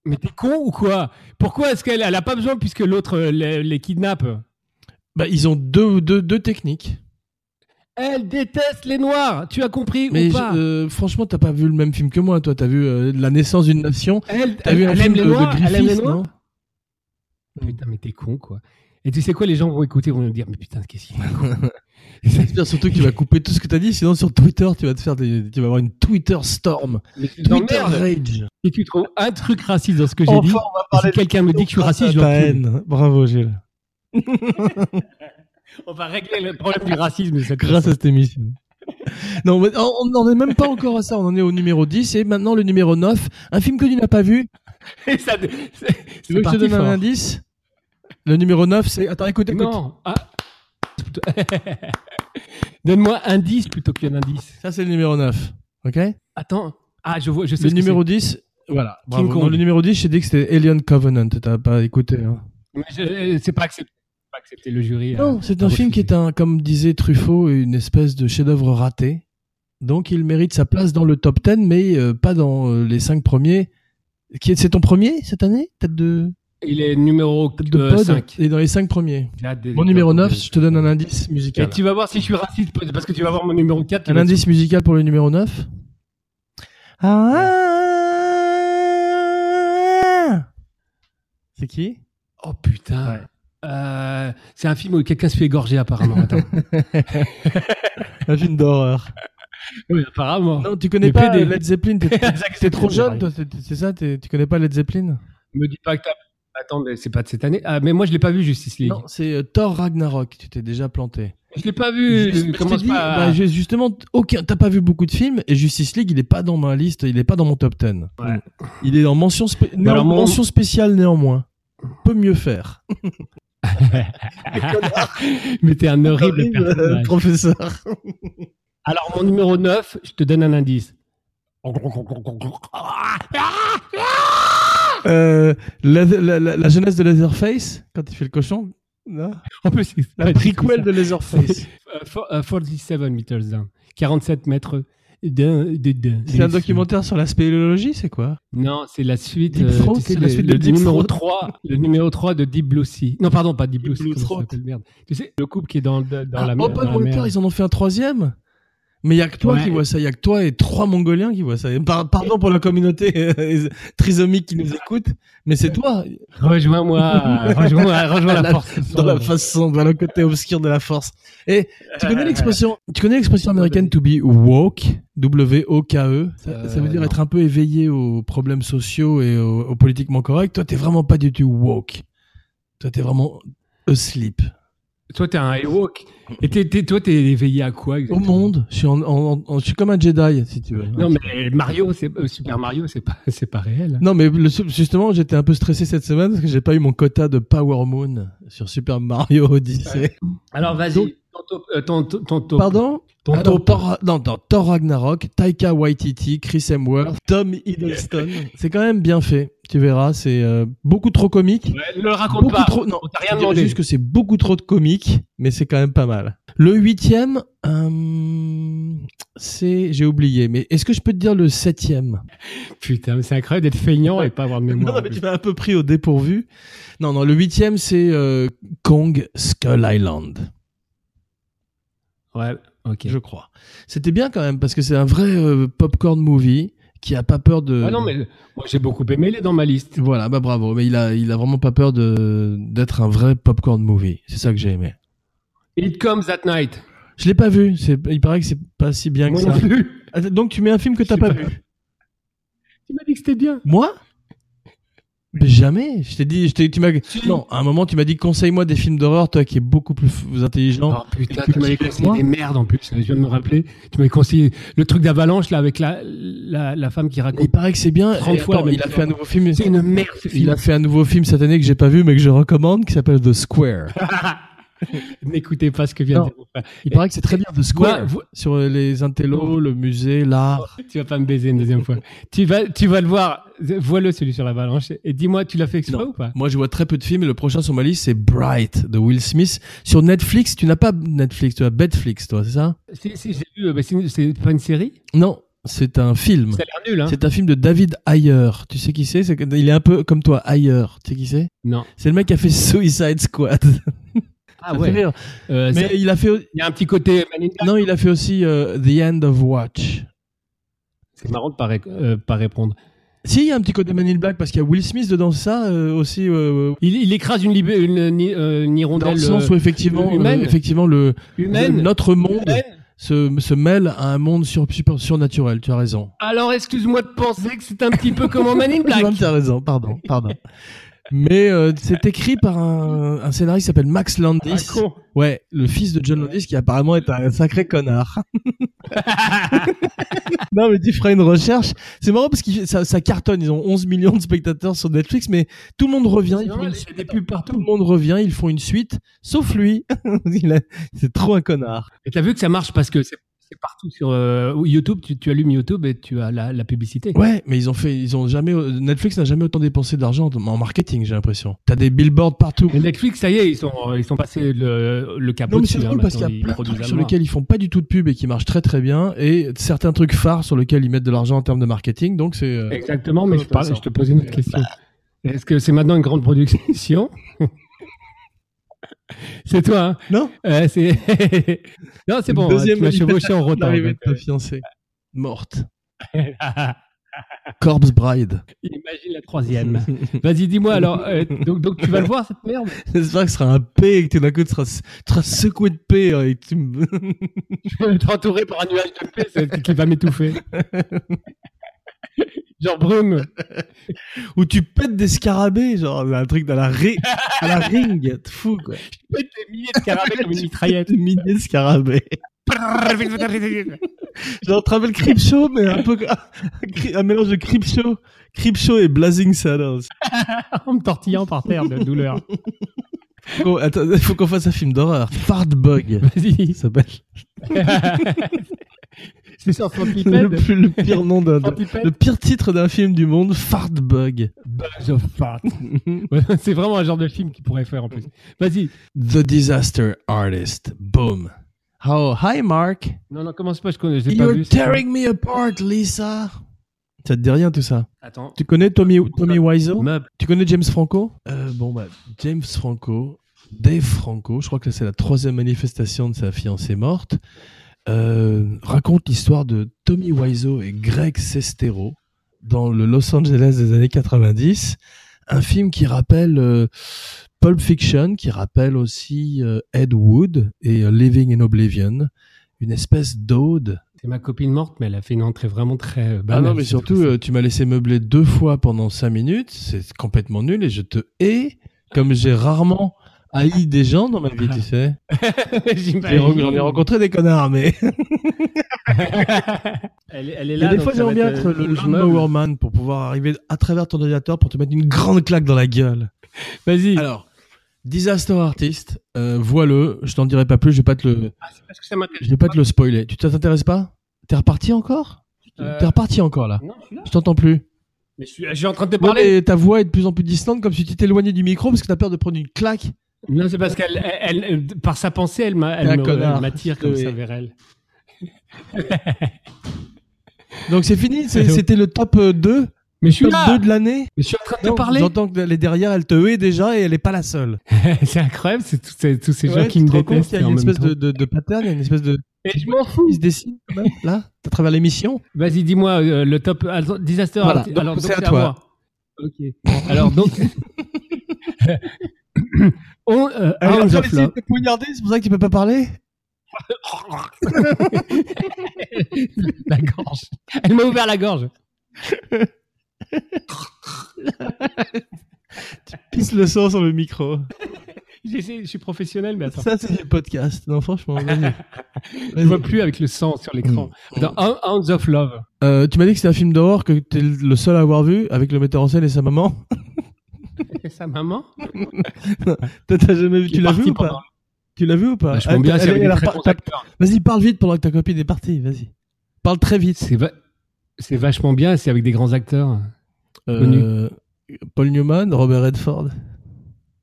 [SPEAKER 1] Mais t'es con ou quoi Pourquoi est-ce qu'elle elle a pas besoin puisque l'autre euh, les, les kidnappe
[SPEAKER 2] Bah, ils ont deux, deux, deux techniques.
[SPEAKER 1] Elle déteste les noirs, tu as compris
[SPEAKER 2] Mais
[SPEAKER 1] ou pas
[SPEAKER 2] je- euh, franchement, t'as pas vu le même film que moi. Toi, t'as vu euh, La naissance d'une nation.
[SPEAKER 1] Elle,
[SPEAKER 2] T'as vu
[SPEAKER 1] elle
[SPEAKER 2] un
[SPEAKER 1] aime
[SPEAKER 2] film
[SPEAKER 1] les
[SPEAKER 2] de, de
[SPEAKER 1] noirs, elle aime les
[SPEAKER 2] Griffiths,
[SPEAKER 1] noirs.
[SPEAKER 2] non
[SPEAKER 1] Putain, mais t'es con quoi. Et tu sais quoi, les gens vont écouter, vont nous dire mais putain, qu'est-ce qu'il est con.
[SPEAKER 2] J'espère surtout que tu vas couper tout ce que tu as dit, sinon sur Twitter, tu vas te faire des- tu vas avoir une Twitter storm.
[SPEAKER 1] Mais tu
[SPEAKER 2] Twitter
[SPEAKER 1] t'emmerdes.
[SPEAKER 2] rage.
[SPEAKER 1] Si tu trouves un truc raciste dans ce que j'ai
[SPEAKER 2] Enfin,
[SPEAKER 1] dit,
[SPEAKER 2] on va
[SPEAKER 1] et
[SPEAKER 2] parler
[SPEAKER 1] si
[SPEAKER 2] de
[SPEAKER 1] quelqu'un me dit que je suis raciste, je
[SPEAKER 2] ta
[SPEAKER 1] l'enculé.
[SPEAKER 2] haine. Bravo Gilles.
[SPEAKER 1] On va régler le problème du racisme de cette
[SPEAKER 2] Grâce
[SPEAKER 1] façon.
[SPEAKER 2] à cette émission. Non, mais on on n'en est même pas encore à ça, on en est au numéro 10 et maintenant le numéro 9, un film que tu n'as pas vu.
[SPEAKER 1] Et ça- c'est-
[SPEAKER 2] Tu veux
[SPEAKER 1] c'est
[SPEAKER 2] que je te
[SPEAKER 1] parti
[SPEAKER 2] donne
[SPEAKER 1] fort.
[SPEAKER 2] un indice Le numéro 9, c'est Attends, écoute, écoute.
[SPEAKER 1] Non. Ah. Donne-moi un 10 plutôt qu'un indice.
[SPEAKER 2] Ça c'est le numéro 9. OK
[SPEAKER 1] Attends. Ah, je vois, je sais
[SPEAKER 2] Le
[SPEAKER 1] ce que
[SPEAKER 2] numéro 10 voilà,
[SPEAKER 1] King
[SPEAKER 2] bravo.
[SPEAKER 1] Kong.
[SPEAKER 2] Non, le numéro 10, j'ai dit que c'était Alien Covenant, t'as pas écouté. hein.
[SPEAKER 1] c'est. Mais je- C'est pas accepté. C'est pas accepté. Le jury.
[SPEAKER 2] Non,
[SPEAKER 1] euh,
[SPEAKER 2] c'est
[SPEAKER 1] a
[SPEAKER 2] un film
[SPEAKER 1] refusé.
[SPEAKER 2] qui est un, comme disait Truffaut, une espèce de chef-d'œuvre raté. Donc il mérite sa place dans le top 10, mais euh, pas dans euh, les 5 premiers. Qui est- C'est ton premier cette année Tête de,
[SPEAKER 1] Il est numéro
[SPEAKER 2] tête de pod
[SPEAKER 1] 5.
[SPEAKER 2] Et dans les 5 premiers. Mon numéro 9, je te donne un indice
[SPEAKER 1] Et
[SPEAKER 2] musical.
[SPEAKER 1] tu vas voir si je suis raciste parce que tu vas voir mon numéro 4. qui
[SPEAKER 2] Un
[SPEAKER 1] va-
[SPEAKER 2] indice musical pour le numéro 9 ah, C'est qui
[SPEAKER 1] Oh putain.
[SPEAKER 2] Ouais.
[SPEAKER 1] Euh, c'est un film où quelqu'un se fait égorger apparemment. Attends.
[SPEAKER 2] Un film d'horreur.
[SPEAKER 1] oui, apparemment.
[SPEAKER 2] Non, tu connais
[SPEAKER 1] Mais
[SPEAKER 2] pas
[SPEAKER 1] PD.
[SPEAKER 2] euh, Led Zeppelin T'es t'es trop
[SPEAKER 1] vrai.
[SPEAKER 2] jeune, toi, c'est c'est ça t'es- Tu connais pas Led Zeppelin
[SPEAKER 1] Me dis pas que t'as. Attends, mais c'est pas de cette année. Ah, mais moi je l'ai pas vu Justice League.
[SPEAKER 2] Non, c'est euh, Thor Ragnarok, tu t'es déjà planté.
[SPEAKER 1] Je l'ai pas vu.
[SPEAKER 2] Juste- je
[SPEAKER 1] Commence
[SPEAKER 2] te dis,
[SPEAKER 1] pas à-
[SPEAKER 2] bah, j'ai- justement, t- aucun, t'as pas vu beaucoup de films et Justice League, il est pas dans ma liste, il est pas dans mon top 10.
[SPEAKER 1] Ouais.
[SPEAKER 2] Il est en mention, spé-
[SPEAKER 1] Bah, alors,
[SPEAKER 2] néan-
[SPEAKER 1] mon-
[SPEAKER 2] mention spéciale néanmoins. Peut mieux faire.
[SPEAKER 1] mais t'es un horrible
[SPEAKER 2] Horrible, euh,
[SPEAKER 1] personnage.
[SPEAKER 2] professeur.
[SPEAKER 1] Alors, mon numéro 9, je te donne un indice.
[SPEAKER 2] Euh, la, la- la- la jeunesse de Leatherface, quand il fait le cochon. Non.
[SPEAKER 1] En plus, c'est
[SPEAKER 2] La prequel de Leatherface.
[SPEAKER 1] Euh, for- euh, 47 meters down. 47 mètres d'un. de- de-
[SPEAKER 2] c'est un
[SPEAKER 1] de-
[SPEAKER 2] documentaire sur la spéléologie, c'est quoi
[SPEAKER 1] Non, c'est la suite.
[SPEAKER 2] Deep
[SPEAKER 1] euh,
[SPEAKER 2] Throat,
[SPEAKER 1] tu sais,
[SPEAKER 2] c'est la
[SPEAKER 1] le-
[SPEAKER 2] suite de
[SPEAKER 1] le
[SPEAKER 2] Deep
[SPEAKER 1] numéro
[SPEAKER 2] Throat.
[SPEAKER 1] 3, le numéro 3 de Deep Blue Sea. Non, pardon, pas Deep Blue Sea.
[SPEAKER 2] Blue
[SPEAKER 1] comment ça
[SPEAKER 2] Throat.
[SPEAKER 1] s'appelle, merde. Tu sais, le couple qui est dans, dans
[SPEAKER 2] Ah,
[SPEAKER 1] la mer.
[SPEAKER 2] Open
[SPEAKER 1] dans la mer.
[SPEAKER 2] Water, ils en ont fait un troisième Mais il y a que toi
[SPEAKER 1] Ouais.
[SPEAKER 2] qui vois ça, il y a que toi et trois Mongoliens qui voient ça. Et par- pardon pour la communauté euh, trisomique qui nous écoute, mais c'est toi
[SPEAKER 1] Rejoins-moi, rejoins, rejoins la
[SPEAKER 2] La-
[SPEAKER 1] force.
[SPEAKER 2] dans la façon, dans le côté obscur de la force. Et tu connais l'expression, tu connais l'expression américaine to be woke, W O K E. Ça, ça veut
[SPEAKER 1] Euh,
[SPEAKER 2] dire
[SPEAKER 1] non.
[SPEAKER 2] être un peu éveillé aux problèmes sociaux et aux, aux politiquement corrects. Toi, t'es vraiment pas du tout woke. Toi, t'es vraiment asleep.
[SPEAKER 1] Toi, t'es un Ewok. Et t'es, t'es- toi, t'es éveillé à quoi
[SPEAKER 2] Au
[SPEAKER 1] exactement
[SPEAKER 2] monde, je suis, en- en- en- je suis comme un Jedi, si tu veux.
[SPEAKER 1] Non, mais Mario, c'est, euh, Super Mario, c'est pas, c'est pas réel. hein.
[SPEAKER 2] Non, mais le- justement, j'étais un peu stressé cette semaine parce que j'ai pas eu mon quota de Power Moon sur Super Mario Odyssey.
[SPEAKER 1] Alors,
[SPEAKER 2] Donc-
[SPEAKER 1] vas-y. Tantôt, euh, tantôt- tantôt-
[SPEAKER 2] Pardon Ah
[SPEAKER 1] tantôt-
[SPEAKER 2] non, Thor, non, non, Thor Ragnarok, Taika Waititi, Chris Hemsworth, Tom Hiddleston. c'est quand même bien fait, tu verras. C'est euh, beaucoup trop comique.
[SPEAKER 1] Ouais, ne le raconte
[SPEAKER 2] Beaucoup
[SPEAKER 1] pas.
[SPEAKER 2] trop. Non,
[SPEAKER 1] On t'a
[SPEAKER 2] je
[SPEAKER 1] rien
[SPEAKER 2] dirais
[SPEAKER 1] demandé.
[SPEAKER 2] juste que c'est beaucoup trop de comique, mais c'est quand même pas mal. Le huitième, euh, c'est, j'ai oublié, mais est-ce que je peux te dire le septième
[SPEAKER 1] Putain, mais c'est incroyable d'être feignant et pas avoir de
[SPEAKER 2] Non,
[SPEAKER 1] mémoire.
[SPEAKER 2] non,
[SPEAKER 1] en
[SPEAKER 2] mais
[SPEAKER 1] plus.
[SPEAKER 2] tu m'as un peu pris au dépourvu. Non, non, le huitième, c'est euh, Kong Skull Island.
[SPEAKER 1] Ouais, ok.
[SPEAKER 2] je crois. C'était bien quand même parce que c'est un vrai euh, popcorn movie qui a pas peur de.
[SPEAKER 1] Ah non, mais moi, j'ai beaucoup aimé les dans ma liste.
[SPEAKER 2] Voilà, bah bravo. Mais il a, il a vraiment pas peur de d'être un vrai popcorn movie. C'est ça que j'ai aimé.
[SPEAKER 1] It comes at night.
[SPEAKER 2] Je l'ai pas vu. C'est, il paraît que c'est pas si bien que
[SPEAKER 1] Moi
[SPEAKER 2] ça.
[SPEAKER 1] non plus.
[SPEAKER 2] Attends, Donc tu mets un film que
[SPEAKER 1] Je
[SPEAKER 2] t'as
[SPEAKER 1] l'ai
[SPEAKER 2] pas,
[SPEAKER 1] pas
[SPEAKER 2] vu.
[SPEAKER 1] Tu m'as dit que c'était bien.
[SPEAKER 2] Moi Mais jamais. Je t'ai dit, je t'ai, tu m'as. Non, à un moment tu m'as dit conseille-moi des films d'horreur, toi qui es beaucoup plus f- intelligent.
[SPEAKER 1] Oh putain,
[SPEAKER 2] tu
[SPEAKER 1] tu m'avais
[SPEAKER 2] kiffes
[SPEAKER 1] conseillé
[SPEAKER 2] moi
[SPEAKER 1] des merdes en plus. Je viens de me rappeler. Tu m'avais conseillé le truc d'avalanche là avec la, la, la femme qui
[SPEAKER 2] Il
[SPEAKER 1] raconte.
[SPEAKER 2] paraît que c'est bien.
[SPEAKER 1] 30
[SPEAKER 2] Et
[SPEAKER 1] fois la
[SPEAKER 2] attends,
[SPEAKER 1] même
[SPEAKER 2] il a fait
[SPEAKER 1] chose.
[SPEAKER 2] un nouveau film.
[SPEAKER 1] C'est une merde ce
[SPEAKER 2] Il
[SPEAKER 1] film.
[SPEAKER 2] a fait un nouveau film cette année que j'ai pas vu mais que je recommande qui s'appelle The Square.
[SPEAKER 1] N'écoutez pas ce que vient
[SPEAKER 2] Non.
[SPEAKER 1] de dire mon frère.
[SPEAKER 2] Il paraît que c'est très bien The Square.
[SPEAKER 1] Moi, vous-
[SPEAKER 2] Sur euh, les intellos, le musée, l'art.
[SPEAKER 1] tu vas pas me baiser une deuxième fois. tu, vas, tu vas le voir. Vois-le celui sur l'avalanche. Et dis-moi, tu l'as fait exprès
[SPEAKER 2] Non.
[SPEAKER 1] ou pas
[SPEAKER 2] Moi, je vois très peu de films et le prochain sur ma liste, c'est Bright de Will Smith. Sur Netflix, tu n'as pas Netflix, tu as Bedflix, toi, c'est ça
[SPEAKER 1] Si, si, j'ai vu. euh, bah, c'est c'est pas une série
[SPEAKER 2] Non, c'est un film.
[SPEAKER 1] Ça a l'air nul, hein
[SPEAKER 2] C'est un film de David Ayer. Tu sais qui c'est C'est que- Il est un peu comme toi, Ayer. Tu sais qui c'est
[SPEAKER 1] Non.
[SPEAKER 2] C'est le mec qui a fait Suicide Squad.
[SPEAKER 1] Ah
[SPEAKER 2] Ça fait rire.
[SPEAKER 1] Euh,
[SPEAKER 2] Mais
[SPEAKER 1] c'est-
[SPEAKER 2] il a fait.
[SPEAKER 1] Il y a un petit côté. Man in Black.
[SPEAKER 2] Non, il a fait aussi euh, The End of Watch.
[SPEAKER 1] C'est marrant de pas, ré- euh, pas répondre.
[SPEAKER 2] Si, il y a un petit côté Man in Black parce qu'il y a Will Smith dedans, ça euh, aussi. euh,
[SPEAKER 1] Il, il écrase une, lib- une, une- euh, une
[SPEAKER 2] dans le
[SPEAKER 1] hirondelle
[SPEAKER 2] sens où effectivement,
[SPEAKER 1] humaine.
[SPEAKER 2] euh, effectivement le,
[SPEAKER 1] euh, humaine.
[SPEAKER 2] Le- notre monde
[SPEAKER 1] Humaine.
[SPEAKER 2] se, se mêle à un monde sur, super- surnaturel. Tu as raison.
[SPEAKER 1] Alors, excuse-moi de penser que c'est un petit peu comme en Man in Black.
[SPEAKER 2] Tu as raison, pardon, pardon. Mais euh, c'est écrit par un, un scénariste qui s'appelle Max
[SPEAKER 1] Ah,
[SPEAKER 2] Landis.
[SPEAKER 1] con.
[SPEAKER 2] ouais, le fils de John Landis qui apparemment est un sacré connard. non mais tu feras une recherche. C'est marrant parce que ça, ça cartonne. Ils ont 11 millions de spectateurs sur Netflix, mais tout le monde revient.
[SPEAKER 1] C'est
[SPEAKER 2] Ils font
[SPEAKER 1] normal,
[SPEAKER 2] une
[SPEAKER 1] il y a
[SPEAKER 2] suite.
[SPEAKER 1] des pubs partout.
[SPEAKER 2] Tout le monde revient, ils font une suite, sauf lui. Il a- c'est trop un connard.
[SPEAKER 1] Et t'as vu que ça marche parce que c'est c'est partout sur euh, YouTube. Tu, tu allumes YouTube et tu as la, la publicité.
[SPEAKER 2] Ouais, mais ils ont fait, ils ont jamais, Netflix n'a jamais autant dépensé d'argent en en marketing, j'ai l'impression. T'as des billboards partout.
[SPEAKER 1] Et Netflix, ça y est, ils sont, ils sont passés le, le cap
[SPEAKER 2] Non, mais
[SPEAKER 1] au-dessus,
[SPEAKER 2] c'est
[SPEAKER 1] hein,
[SPEAKER 2] drôle parce qu'il
[SPEAKER 1] maintenant,
[SPEAKER 2] y a
[SPEAKER 1] ils
[SPEAKER 2] plein de
[SPEAKER 1] produisent
[SPEAKER 2] trucs
[SPEAKER 1] à
[SPEAKER 2] sur
[SPEAKER 1] mort.
[SPEAKER 2] lesquels ils font pas du tout de pub et qui marchent très très bien et certains trucs phares sur lesquels ils mettent de l'argent en termes de marketing, donc c'est, euh,
[SPEAKER 1] Exactement, mais je,
[SPEAKER 2] Intéressant.
[SPEAKER 1] parlais- je te posais une autre question. Est-ce que c'est maintenant une grande production C'est toi, hein
[SPEAKER 2] Non.
[SPEAKER 1] Euh, c'est... non, c'est bon. hein,
[SPEAKER 2] Deuxième
[SPEAKER 1] tu m'as
[SPEAKER 2] manifestation
[SPEAKER 1] chevauché en retard.
[SPEAKER 2] l'arrivée de
[SPEAKER 1] donc,
[SPEAKER 2] ta fiancée morte.
[SPEAKER 1] euh,
[SPEAKER 2] Corpse Bride.
[SPEAKER 1] Imagine la troisième. Vas-y, dis-moi alors. euh, donc, donc, tu vas le voir cette merde
[SPEAKER 2] J'espère que ce sera un P et que tout d'un coup tu seras, tu seras secoué de P euh, et que tu me-
[SPEAKER 1] Je vais être entouré par un nuage de paix c'est- qui va m'étouffer. Genre brume.
[SPEAKER 2] ou tu pètes des scarabées, genre un truc dans la ri- à la ring, t'es fou quoi.
[SPEAKER 1] Je pète des milliers de caramels comme une mitraillette.
[SPEAKER 2] Des milliers de scarabées. Genre, tu te rappelles Creepshow, mais un peu un mélange de Creepshow, Creepshow et Blazing Saddles.
[SPEAKER 1] en me tortillant par terre de douleur.
[SPEAKER 2] Faut qu'on- attends, faut qu'on fasse un film d'horreur. Fartbug.
[SPEAKER 1] Vas-y.
[SPEAKER 2] Ça s'appelle.
[SPEAKER 1] C'est sur
[SPEAKER 2] Le,
[SPEAKER 1] Centipede.
[SPEAKER 2] plus- le pire nom d'un, le
[SPEAKER 1] Centipede.
[SPEAKER 2] pire titre d'un film du monde, Fartbug.
[SPEAKER 1] Bugs of Fart. Ouais, C'est vraiment un genre de film qu'il pourrait faire en plus. Vas-y.
[SPEAKER 2] The Disaster Artist. Boom. Oh, hi Mark.
[SPEAKER 1] Non, non, commence pas, je connais. Je l'ai pas
[SPEAKER 2] You're
[SPEAKER 1] vu. c'est
[SPEAKER 2] tearing me apart, Lisa. Ça te dit rien tout ça
[SPEAKER 1] pas- Attends.
[SPEAKER 2] Tu connais
[SPEAKER 1] Ah,
[SPEAKER 2] Tommy, Tommy Wiseau
[SPEAKER 1] Meuble.
[SPEAKER 2] Tu connais James Franco Euh, Bon, bah, James Franco, Dave Franco, je crois que c'est la troisième manifestation de sa fiancée morte. euh, raconte l'histoire de Tommy Wiseau et Greg Sestero dans le Los Angeles des années 90. Un film qui rappelle euh, Pulp Fiction, qui rappelle aussi euh, Ed Wood et euh, Living in Oblivion. Une espèce d'ode.
[SPEAKER 1] C'est ma copine morte, mais elle a fait une entrée vraiment très
[SPEAKER 2] Ah
[SPEAKER 1] banale.
[SPEAKER 2] non, mais
[SPEAKER 1] c'est
[SPEAKER 2] surtout,
[SPEAKER 1] tout ça.
[SPEAKER 2] euh, tu m'as laissé meubler deux fois pendant cinq minutes. C'est complètement nul et je te hais comme j'ai rarement haï des gens dans ma vie, tu sais. euh, J'ai re-
[SPEAKER 1] J'imagine.
[SPEAKER 2] J'en ai rencontré des connards, mais.
[SPEAKER 1] elle, elle est
[SPEAKER 2] Il y
[SPEAKER 1] là.
[SPEAKER 2] a des
[SPEAKER 1] donc
[SPEAKER 2] fois,
[SPEAKER 1] ça
[SPEAKER 2] j'aimerais
[SPEAKER 1] va
[SPEAKER 2] bien
[SPEAKER 1] être,
[SPEAKER 2] être
[SPEAKER 1] euh,
[SPEAKER 2] le
[SPEAKER 1] où je
[SPEAKER 2] Land
[SPEAKER 1] meuble.
[SPEAKER 2] Mower Man pour pouvoir arriver à travers ton ordinateur pour te mettre une grande claque dans la gueule.
[SPEAKER 1] Vas-y.
[SPEAKER 2] Alors, Disaster Artist, euh, vois-le. Je t'en dirai pas plus. Je vais pas te le,
[SPEAKER 1] Ah, c'est parce que ça m'intéresse.
[SPEAKER 2] je vais pas te le spoiler. Tu t'intéresses pas T'es reparti encore
[SPEAKER 1] Euh,
[SPEAKER 2] T'es reparti encore là.
[SPEAKER 1] Non, je suis là.
[SPEAKER 2] Je t'entends plus.
[SPEAKER 1] Mais je suis, je suis en train de te
[SPEAKER 2] Ouais,
[SPEAKER 1] parler.
[SPEAKER 2] mais ta voix est de plus en plus distante, comme si tu t'éloignais du micro parce que t'as peur de prendre une claque.
[SPEAKER 1] Non, c'est parce qu'elle, elle, elle- par sa pensée, elle, m'a-
[SPEAKER 2] T'es un
[SPEAKER 1] elle, me-
[SPEAKER 2] connard.
[SPEAKER 1] elle m'attire comme
[SPEAKER 2] Oui.
[SPEAKER 1] ça vers elle.
[SPEAKER 2] Donc c'est fini. c'est-
[SPEAKER 1] Allô
[SPEAKER 2] C'était le top euh, 2,
[SPEAKER 1] Mais je suis
[SPEAKER 2] top
[SPEAKER 1] là.
[SPEAKER 2] 2 de l'année.
[SPEAKER 1] Mais je suis en train de te
[SPEAKER 2] Donc,
[SPEAKER 1] parler.
[SPEAKER 2] J'entends que les derrière, elle te hait déjà et elle est pas la seule.
[SPEAKER 1] c'est incroyable, c'est tous ces, tous ces gens
[SPEAKER 2] Ouais,
[SPEAKER 1] qui
[SPEAKER 2] tu
[SPEAKER 1] me
[SPEAKER 2] te rends compte
[SPEAKER 1] détestent.
[SPEAKER 2] qu'il y a
[SPEAKER 1] en
[SPEAKER 2] une
[SPEAKER 1] même
[SPEAKER 2] espèce
[SPEAKER 1] temps.
[SPEAKER 2] de, de, de pattern, il y a une espèce de
[SPEAKER 1] Et je m'en fous.
[SPEAKER 2] qui se dessine quand même, là, à travers l'émission.
[SPEAKER 1] Vas-y, dis-moi euh, le top alors, disaster.
[SPEAKER 2] Voilà,
[SPEAKER 1] Arti-
[SPEAKER 2] donc
[SPEAKER 1] alors, donc,
[SPEAKER 2] c'est à toi.
[SPEAKER 1] moi. Ok. Alors donc, on, euh,
[SPEAKER 2] Ah
[SPEAKER 1] Hounds of Love.
[SPEAKER 2] te poignarder, c'est pour ça que tu peux pas parler
[SPEAKER 1] la gorge. Elle m'a ouvert la gorge.
[SPEAKER 2] Pisse le sang sur le micro.
[SPEAKER 1] J'essaie, je suis professionnel, mais attends.
[SPEAKER 2] Ça, c'est du podcast. Non, franchement, vas-y.
[SPEAKER 1] Je
[SPEAKER 2] Vas-y.
[SPEAKER 1] vois plus avec le sang sur l'écran.
[SPEAKER 2] Mm.
[SPEAKER 1] Dans Hou- Hounds of Love.
[SPEAKER 2] Euh, tu m'as dit que c'était un film d'horreur que t'es le seul à avoir vu avec le metteur en scène et sa maman.
[SPEAKER 1] C'est sa maman.
[SPEAKER 2] T'as- t'as jamais vu,
[SPEAKER 1] qui est
[SPEAKER 2] tu l'as
[SPEAKER 1] partie
[SPEAKER 2] vu ou
[SPEAKER 1] pendant-
[SPEAKER 2] pas Tu l'as vu ou pas
[SPEAKER 1] Bah, je pense
[SPEAKER 2] Ah,
[SPEAKER 1] bien
[SPEAKER 2] t'as-
[SPEAKER 1] si
[SPEAKER 2] elle-
[SPEAKER 1] elle
[SPEAKER 2] elle a
[SPEAKER 1] très
[SPEAKER 2] pas-
[SPEAKER 1] bons
[SPEAKER 2] t'as-
[SPEAKER 1] acteurs.
[SPEAKER 2] Vas-y, parle vite pendant que ta copine est partie, vas-y. Parle très vite.
[SPEAKER 1] C'est va- c'est vachement bien, c'est avec des grands acteurs.
[SPEAKER 2] Euh, Paul Newman, Robert Redford.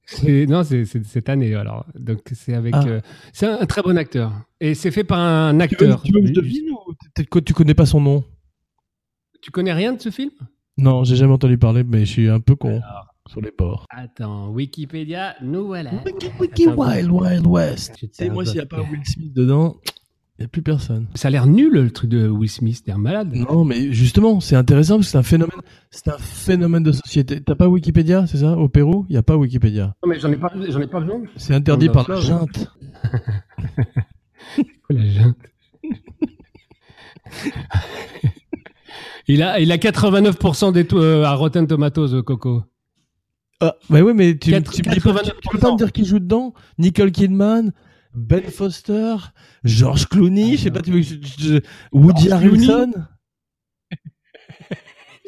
[SPEAKER 1] C'est- Non, c'est c'est de cette année alors. Donc c'est avec.
[SPEAKER 2] Ah.
[SPEAKER 1] euh, c'est un, un très bon acteur. Et c'est fait par un
[SPEAKER 2] Tu veux,
[SPEAKER 1] acteur.
[SPEAKER 2] que je devine ou peut-être que tu connais pas son nom
[SPEAKER 1] Tu connais rien de ce film
[SPEAKER 2] Non, j'ai jamais entendu parler, mais je suis un peu con sur les ports.
[SPEAKER 1] Attends, Wikipédia, nous voilà.
[SPEAKER 2] Wiki Wiki
[SPEAKER 1] Attends,
[SPEAKER 2] Wild Wild West.
[SPEAKER 1] je te-
[SPEAKER 2] Et moi, s'il n'y a pas Will Smith dedans, il n'y a plus personne.
[SPEAKER 1] Ça a l'air nul le truc de Will Smith, t'es un malade.
[SPEAKER 2] Non, mais justement, c'est intéressant parce que c'est un phénomène, c'est un phénomène de société. T'as pas Wikipédia, c'est ça Au Pérou, il n'y a pas Wikipédia.
[SPEAKER 1] mais j'en ai pas, j'en ai pas besoin.
[SPEAKER 2] C'est interdit
[SPEAKER 1] Comme dans
[SPEAKER 2] par la
[SPEAKER 1] le fleuve,
[SPEAKER 2] junte.
[SPEAKER 1] Oh, la junte Il a, il a 89% des to- euh, à Rotten Tomatoes, euh, Coco.
[SPEAKER 2] Ah, bah oui, mais tu,
[SPEAKER 1] Quatre-
[SPEAKER 2] tu me dis pas- tu- tu peux pas me dire qui joue dedans Nicole Kidman, Ben Foster, George Clooney, je sais pas, tu veux que je- je- Woody
[SPEAKER 1] George Clooney
[SPEAKER 2] Harrelson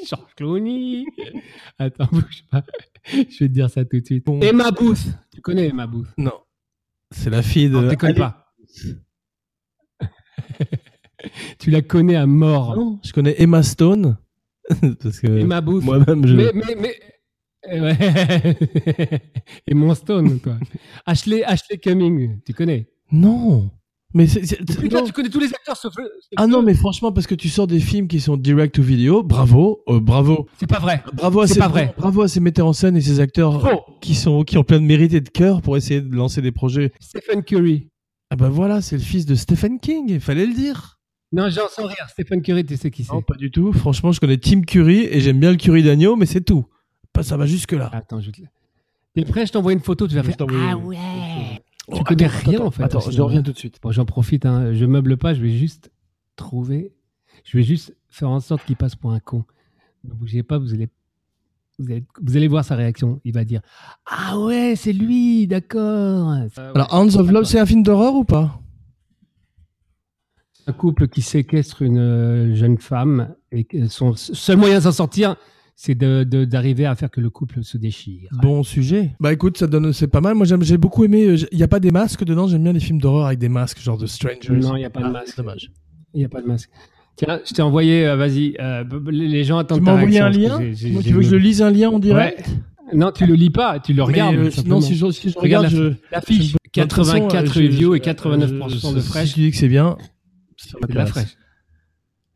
[SPEAKER 1] George Clooney. Euh, Attends, bouge pas. Je vais te dire ça tout de suite.
[SPEAKER 2] Bon.
[SPEAKER 1] Emma Booth. Tu connais Emma Booth
[SPEAKER 2] Non. C'est la fille de.
[SPEAKER 1] Non, tu connais
[SPEAKER 2] Euh, Allez-
[SPEAKER 1] pas. tu la connais à mort.
[SPEAKER 2] Non, je connais Emma Stone. parce que
[SPEAKER 1] Emma Booth.
[SPEAKER 2] moi-même, je.
[SPEAKER 1] Mais, mais, mais... Eh ouais. Et mon Stone, toi. Ashley, Ashley Cumming, tu connais.
[SPEAKER 2] Non mais c'est- c'est- non.
[SPEAKER 1] connais tous les acteurs sauf
[SPEAKER 2] Ah non, mais franchement, parce que tu sors des films qui sont direct to vidéo, bravo, euh, bravo.
[SPEAKER 1] C'est pas vrai.
[SPEAKER 2] Bravo à,
[SPEAKER 1] Ah, C'est
[SPEAKER 2] ces,
[SPEAKER 1] pas vrai. Oh.
[SPEAKER 2] bravo à ces metteurs en scène et ces acteurs
[SPEAKER 1] Faux.
[SPEAKER 2] qui, sont, qui ont plein de mérite et de cœur pour essayer de lancer des projets.
[SPEAKER 1] Stephen Curry.
[SPEAKER 2] Ah bah voilà, c'est le fils de Stephen King, il fallait le dire.
[SPEAKER 1] Non, j'en sans rire. Stephen Curry, tu sais qui c'est.
[SPEAKER 2] Non, pas du tout. Franchement, je connais Tim Curry et j'aime bien le curry d'agneau, mais c'est tout. Pas- Ça va jusque-là.
[SPEAKER 1] Attends, je te... T'es prêt, je t'envoie une photo, tu vas
[SPEAKER 2] Je
[SPEAKER 1] faire. Ah
[SPEAKER 2] t'envoie-
[SPEAKER 1] ouais.
[SPEAKER 2] Oh,
[SPEAKER 1] connais
[SPEAKER 2] attends,
[SPEAKER 1] rien,
[SPEAKER 2] attends,
[SPEAKER 1] en fait, au
[SPEAKER 2] Attends, je
[SPEAKER 1] cinéma.
[SPEAKER 2] reviens tout de suite.
[SPEAKER 1] Bon, j'en profite, hein. je meuble pas, je vais juste trouver. Je vais juste faire en sorte qu'il passe pour un con. Ne bougez pas, vous allez. Vous allez, vous allez voir sa réaction. Il va dire Ah ouais, c'est lui, d'accord. Euh,
[SPEAKER 2] Alors, Hands of Love, c'est un film d'horreur ou pas
[SPEAKER 1] un couple qui séquestre une euh, jeune femme et que son seul moyen de s'en sortir, c'est de- de- d'arriver à faire que le couple se déchire.
[SPEAKER 2] Bon sujet. Bah écoute, ça donne, c'est pas mal. Moi, j'aime- j'ai beaucoup aimé. euh, j'ai- Il n'y a pas des masques dedans. J'aime bien les films d'horreur avec des masques, genre de Strangers.
[SPEAKER 1] Non, il n'y a pas de
[SPEAKER 2] Ah,
[SPEAKER 1] masque.
[SPEAKER 2] c'est dommage.
[SPEAKER 1] Il n'y a pas de masque. Tiens, je t'ai envoyé, euh, vas-y, euh, b- b- les gens attendent
[SPEAKER 2] Tu
[SPEAKER 1] ta
[SPEAKER 2] m'as envoyé un
[SPEAKER 1] réaction,
[SPEAKER 2] lien
[SPEAKER 1] parce que j'ai- j'ai-
[SPEAKER 2] Moi,
[SPEAKER 1] j'ai
[SPEAKER 2] Tu veux que je
[SPEAKER 1] mis-
[SPEAKER 2] lise un lien en direct
[SPEAKER 1] Non, tu le lis pas, tu le regardes.
[SPEAKER 2] Mais, euh,
[SPEAKER 1] simplement.
[SPEAKER 2] non, si je, si je
[SPEAKER 1] Regarde
[SPEAKER 2] regarde, je-
[SPEAKER 1] L'affiche,
[SPEAKER 2] je-
[SPEAKER 1] 84
[SPEAKER 2] de toute façon, euh,
[SPEAKER 1] reviews
[SPEAKER 2] je-
[SPEAKER 1] et 89% de
[SPEAKER 2] je- Si
[SPEAKER 1] fraîche.
[SPEAKER 2] tu dis que c'est bien, ça
[SPEAKER 1] C'est de la
[SPEAKER 2] m'intéresse.
[SPEAKER 1] fraîche.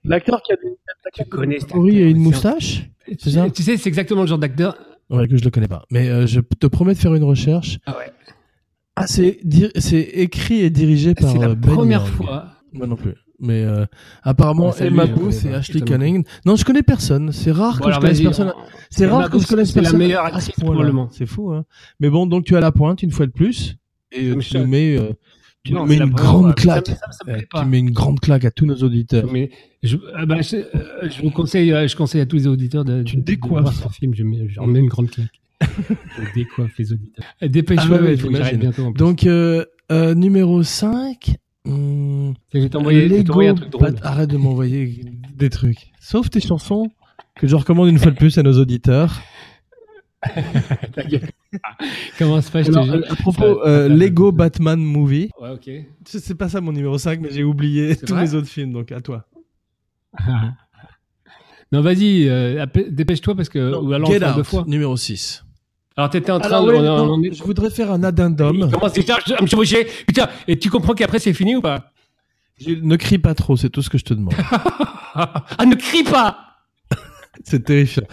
[SPEAKER 2] L'acteur qui a une
[SPEAKER 1] Tu connais cet
[SPEAKER 2] souris
[SPEAKER 1] acteur,
[SPEAKER 2] et une
[SPEAKER 1] c'est un-
[SPEAKER 2] moustache c'est ça
[SPEAKER 1] Tu sais, c'est exactement le genre d'acteur.
[SPEAKER 2] Ouais, que je le connais pas. Mais euh, je te promets de faire une recherche.
[SPEAKER 1] Ah ouais.
[SPEAKER 2] Ah, c'est dir- c'est écrit et dirigé par
[SPEAKER 1] C'est la
[SPEAKER 2] euh, Ben
[SPEAKER 1] première
[SPEAKER 2] Yang.
[SPEAKER 1] fois.
[SPEAKER 2] Moi non plus. Mais euh, apparemment,
[SPEAKER 1] Ouais, salut,
[SPEAKER 2] Emma
[SPEAKER 1] je connais
[SPEAKER 2] Booth
[SPEAKER 1] pas.
[SPEAKER 2] et Ashley
[SPEAKER 1] Je connais
[SPEAKER 2] Canning. Non, je connais personne. C'est
[SPEAKER 1] Bon,
[SPEAKER 2] rare que je
[SPEAKER 1] alors,
[SPEAKER 2] connaisse
[SPEAKER 1] vas-y,
[SPEAKER 2] personne.
[SPEAKER 1] on-
[SPEAKER 2] C'est
[SPEAKER 1] Emma
[SPEAKER 2] rare que je
[SPEAKER 1] Booth,
[SPEAKER 2] connaisse
[SPEAKER 1] c'est la
[SPEAKER 2] personne.
[SPEAKER 1] meilleure
[SPEAKER 2] à ce
[SPEAKER 1] actrice
[SPEAKER 2] point-là.
[SPEAKER 1] probablement.
[SPEAKER 2] C'est fou, hein. Mais bon, donc tu as la pointe une fois de plus et euh,
[SPEAKER 1] Mais
[SPEAKER 2] tu
[SPEAKER 1] je-
[SPEAKER 2] nous mets, euh, tu
[SPEAKER 1] Non,
[SPEAKER 2] nous mets
[SPEAKER 1] c'est la
[SPEAKER 2] une
[SPEAKER 1] première
[SPEAKER 2] grande
[SPEAKER 1] fois. Ça
[SPEAKER 2] claque.
[SPEAKER 1] me- Ça, me- ça me
[SPEAKER 2] Euh,
[SPEAKER 1] plaît
[SPEAKER 2] tu
[SPEAKER 1] pas.
[SPEAKER 2] mets une grande claque à tous nos auditeurs.
[SPEAKER 1] Mais je, ah bah, je, euh, je vous conseille, euh, je conseille à tous les auditeurs de,
[SPEAKER 2] Tu
[SPEAKER 1] de- de
[SPEAKER 2] décoiffes.
[SPEAKER 1] voir ce film. Je mets, j'en mets une grande claque. je décoiffe les auditeurs. Euh,
[SPEAKER 2] Ah
[SPEAKER 1] Dépêche-toi,
[SPEAKER 2] ouais, ouais,
[SPEAKER 1] il faut que j'arrive
[SPEAKER 2] j'imagine.
[SPEAKER 1] bientôt. en plus.
[SPEAKER 2] Donc euh, euh, numéro 5 hum,
[SPEAKER 1] je vais t'envoyer je vais
[SPEAKER 2] Lego
[SPEAKER 1] t'envoyer un truc drôle.
[SPEAKER 2] Bat- Arrête de m'envoyer des trucs. Sauf tes chansons que je recommande une fois de plus à nos auditeurs.
[SPEAKER 1] Ta gueule. Commence pas, je te
[SPEAKER 2] Alors,
[SPEAKER 1] jure.
[SPEAKER 2] euh, à propos euh, Lego Batman Movie,
[SPEAKER 1] euh, Ouais, ok.
[SPEAKER 2] c'est c'est pas ça mon numéro 5 mais j'ai oublié
[SPEAKER 1] C'est
[SPEAKER 2] tous
[SPEAKER 1] vrai
[SPEAKER 2] les autres films donc à toi.
[SPEAKER 1] non, vas-y, euh, appelle- dépêche-toi parce que. Euh, ou alors on
[SPEAKER 2] Get
[SPEAKER 1] fera deux
[SPEAKER 2] Out,
[SPEAKER 1] fois.
[SPEAKER 2] numéro 6.
[SPEAKER 1] Alors, t'étais en train
[SPEAKER 2] Alors,
[SPEAKER 1] de.
[SPEAKER 2] ouais,
[SPEAKER 1] on-
[SPEAKER 2] non,
[SPEAKER 1] on est-
[SPEAKER 2] je voudrais faire un addendum.
[SPEAKER 1] Il commence déjà à me chevaucher. Putain, et tu comprends qu'après c'est fini ou pas
[SPEAKER 2] Je- Ne crie pas trop, c'est tout ce que je te demande.
[SPEAKER 1] Ah, ne crie pas
[SPEAKER 2] c'est terrifiant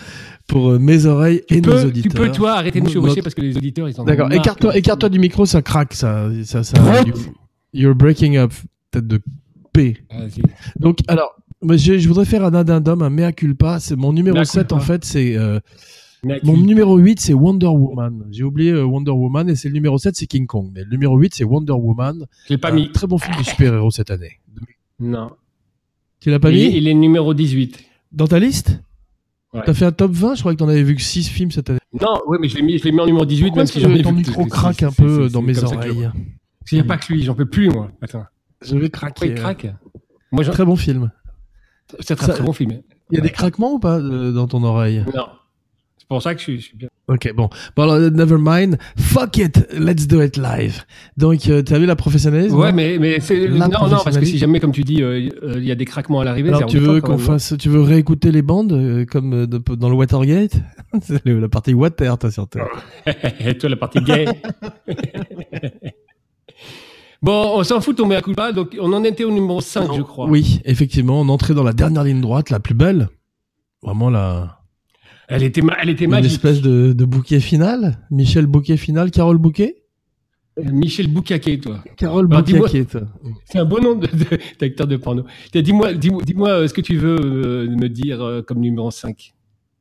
[SPEAKER 2] pour euh, mes oreilles et
[SPEAKER 1] tu
[SPEAKER 2] nos
[SPEAKER 1] peux, tu
[SPEAKER 2] auditeurs.
[SPEAKER 1] peux, toi, arrêter de me
[SPEAKER 2] Notre-
[SPEAKER 1] chevaucher parce que les auditeurs, ils en ont
[SPEAKER 2] D'accord,
[SPEAKER 1] marre.
[SPEAKER 2] écarte-toi écarte du micro, ça craque, ça. ça, ça
[SPEAKER 1] Prête.
[SPEAKER 2] you- you're breaking up, tête de P.
[SPEAKER 1] Vas-y.
[SPEAKER 2] Donc, alors, moi, je, je voudrais faire un addendum, un mea culpa. C'est mon numéro
[SPEAKER 1] Mea
[SPEAKER 2] 7, en
[SPEAKER 1] culpa.
[SPEAKER 2] fait, c'est. euh,
[SPEAKER 1] Mais
[SPEAKER 2] mon numéro 8, c'est Wonder Woman. J'ai oublié euh, Wonder Woman et c'est le numéro 7, c'est King Kong. Mais le numéro 8, c'est Wonder Woman.
[SPEAKER 1] Je l'ai pas
[SPEAKER 2] Un
[SPEAKER 1] mis.
[SPEAKER 2] Très bon film de super-héros cette année.
[SPEAKER 1] Non.
[SPEAKER 2] Tu l'as pas
[SPEAKER 1] il,
[SPEAKER 2] mis
[SPEAKER 1] est, il est numéro 18.
[SPEAKER 2] Dans ta liste
[SPEAKER 1] Ouais.
[SPEAKER 2] T'as fait un top 20 Je crois que t'en avais vu que 6 films cette année.
[SPEAKER 1] Non, oui, mais je l'ai mis, je l'ai mis en numéro 18,
[SPEAKER 2] Pourquoi
[SPEAKER 1] même
[SPEAKER 2] est-ce
[SPEAKER 1] si
[SPEAKER 2] que
[SPEAKER 1] j'en ai
[SPEAKER 2] ton
[SPEAKER 1] vu
[SPEAKER 2] micro
[SPEAKER 1] que-
[SPEAKER 2] craque
[SPEAKER 1] c'est-
[SPEAKER 2] un
[SPEAKER 1] c'est-
[SPEAKER 2] peu
[SPEAKER 1] c'est-
[SPEAKER 2] euh, dans
[SPEAKER 1] c'est
[SPEAKER 2] mes
[SPEAKER 1] comme ça que je le
[SPEAKER 2] oreilles
[SPEAKER 1] vois. Parce qu'il n'y a pas que lui, j'en peux plus, moi. Attends.
[SPEAKER 2] Je vais
[SPEAKER 1] Pourquoi
[SPEAKER 2] craquer.
[SPEAKER 1] il craque Moi, j'en-
[SPEAKER 2] Très bon film.
[SPEAKER 1] c'est un très,
[SPEAKER 2] euh, ça-
[SPEAKER 1] très bon film.
[SPEAKER 2] Il y a des craquements ou pas euh, dans ton oreille
[SPEAKER 1] Non. C'est pour ça que je suis, je suis bien.
[SPEAKER 2] Ok, bon. Bon, alors, euh, never mind. Fuck it, let's do it live. Donc, euh, t'as vu la professionnalisme
[SPEAKER 1] Ouais,
[SPEAKER 2] non
[SPEAKER 1] mais, mais c'est. Non,
[SPEAKER 2] La
[SPEAKER 1] non, parce que si
[SPEAKER 2] professionnalisme.
[SPEAKER 1] jamais, comme tu dis, euh, euh, il y a des craquements à l'arrivée,
[SPEAKER 2] Alors,
[SPEAKER 1] c'est
[SPEAKER 2] tu
[SPEAKER 1] embêtant
[SPEAKER 2] veux
[SPEAKER 1] quand
[SPEAKER 2] qu'on
[SPEAKER 1] même.
[SPEAKER 2] fasse, tu veux réécouter les bandes euh, comme euh, de- dans le Watergate C'est le- La partie water, t'as surtout.
[SPEAKER 1] Et toi, la partie gay. bon, on s'en fout, on met à coup de balle. Donc, on en était au numéro 5, je crois.
[SPEAKER 2] Oui, effectivement, on entrait dans la dernière ligne droite, la plus belle. Vraiment la.
[SPEAKER 1] Elle était, ma- elle était
[SPEAKER 2] Une
[SPEAKER 1] magique.
[SPEAKER 2] espèce de, de bouquet final. Michel Bouquet final, Carole Bouquet
[SPEAKER 1] Euh, Michel Boucaquet, toi.
[SPEAKER 2] Carole
[SPEAKER 1] Alors,
[SPEAKER 2] Bouquet
[SPEAKER 1] Bah, dis-moi-
[SPEAKER 2] qui est. euh,
[SPEAKER 1] C'est un beau nom de- de- d'acteur de, porno. Tiens, Dis-moi dis-moi, dis-moi, euh, ce que tu veux euh, me dire euh, comme numéro 5.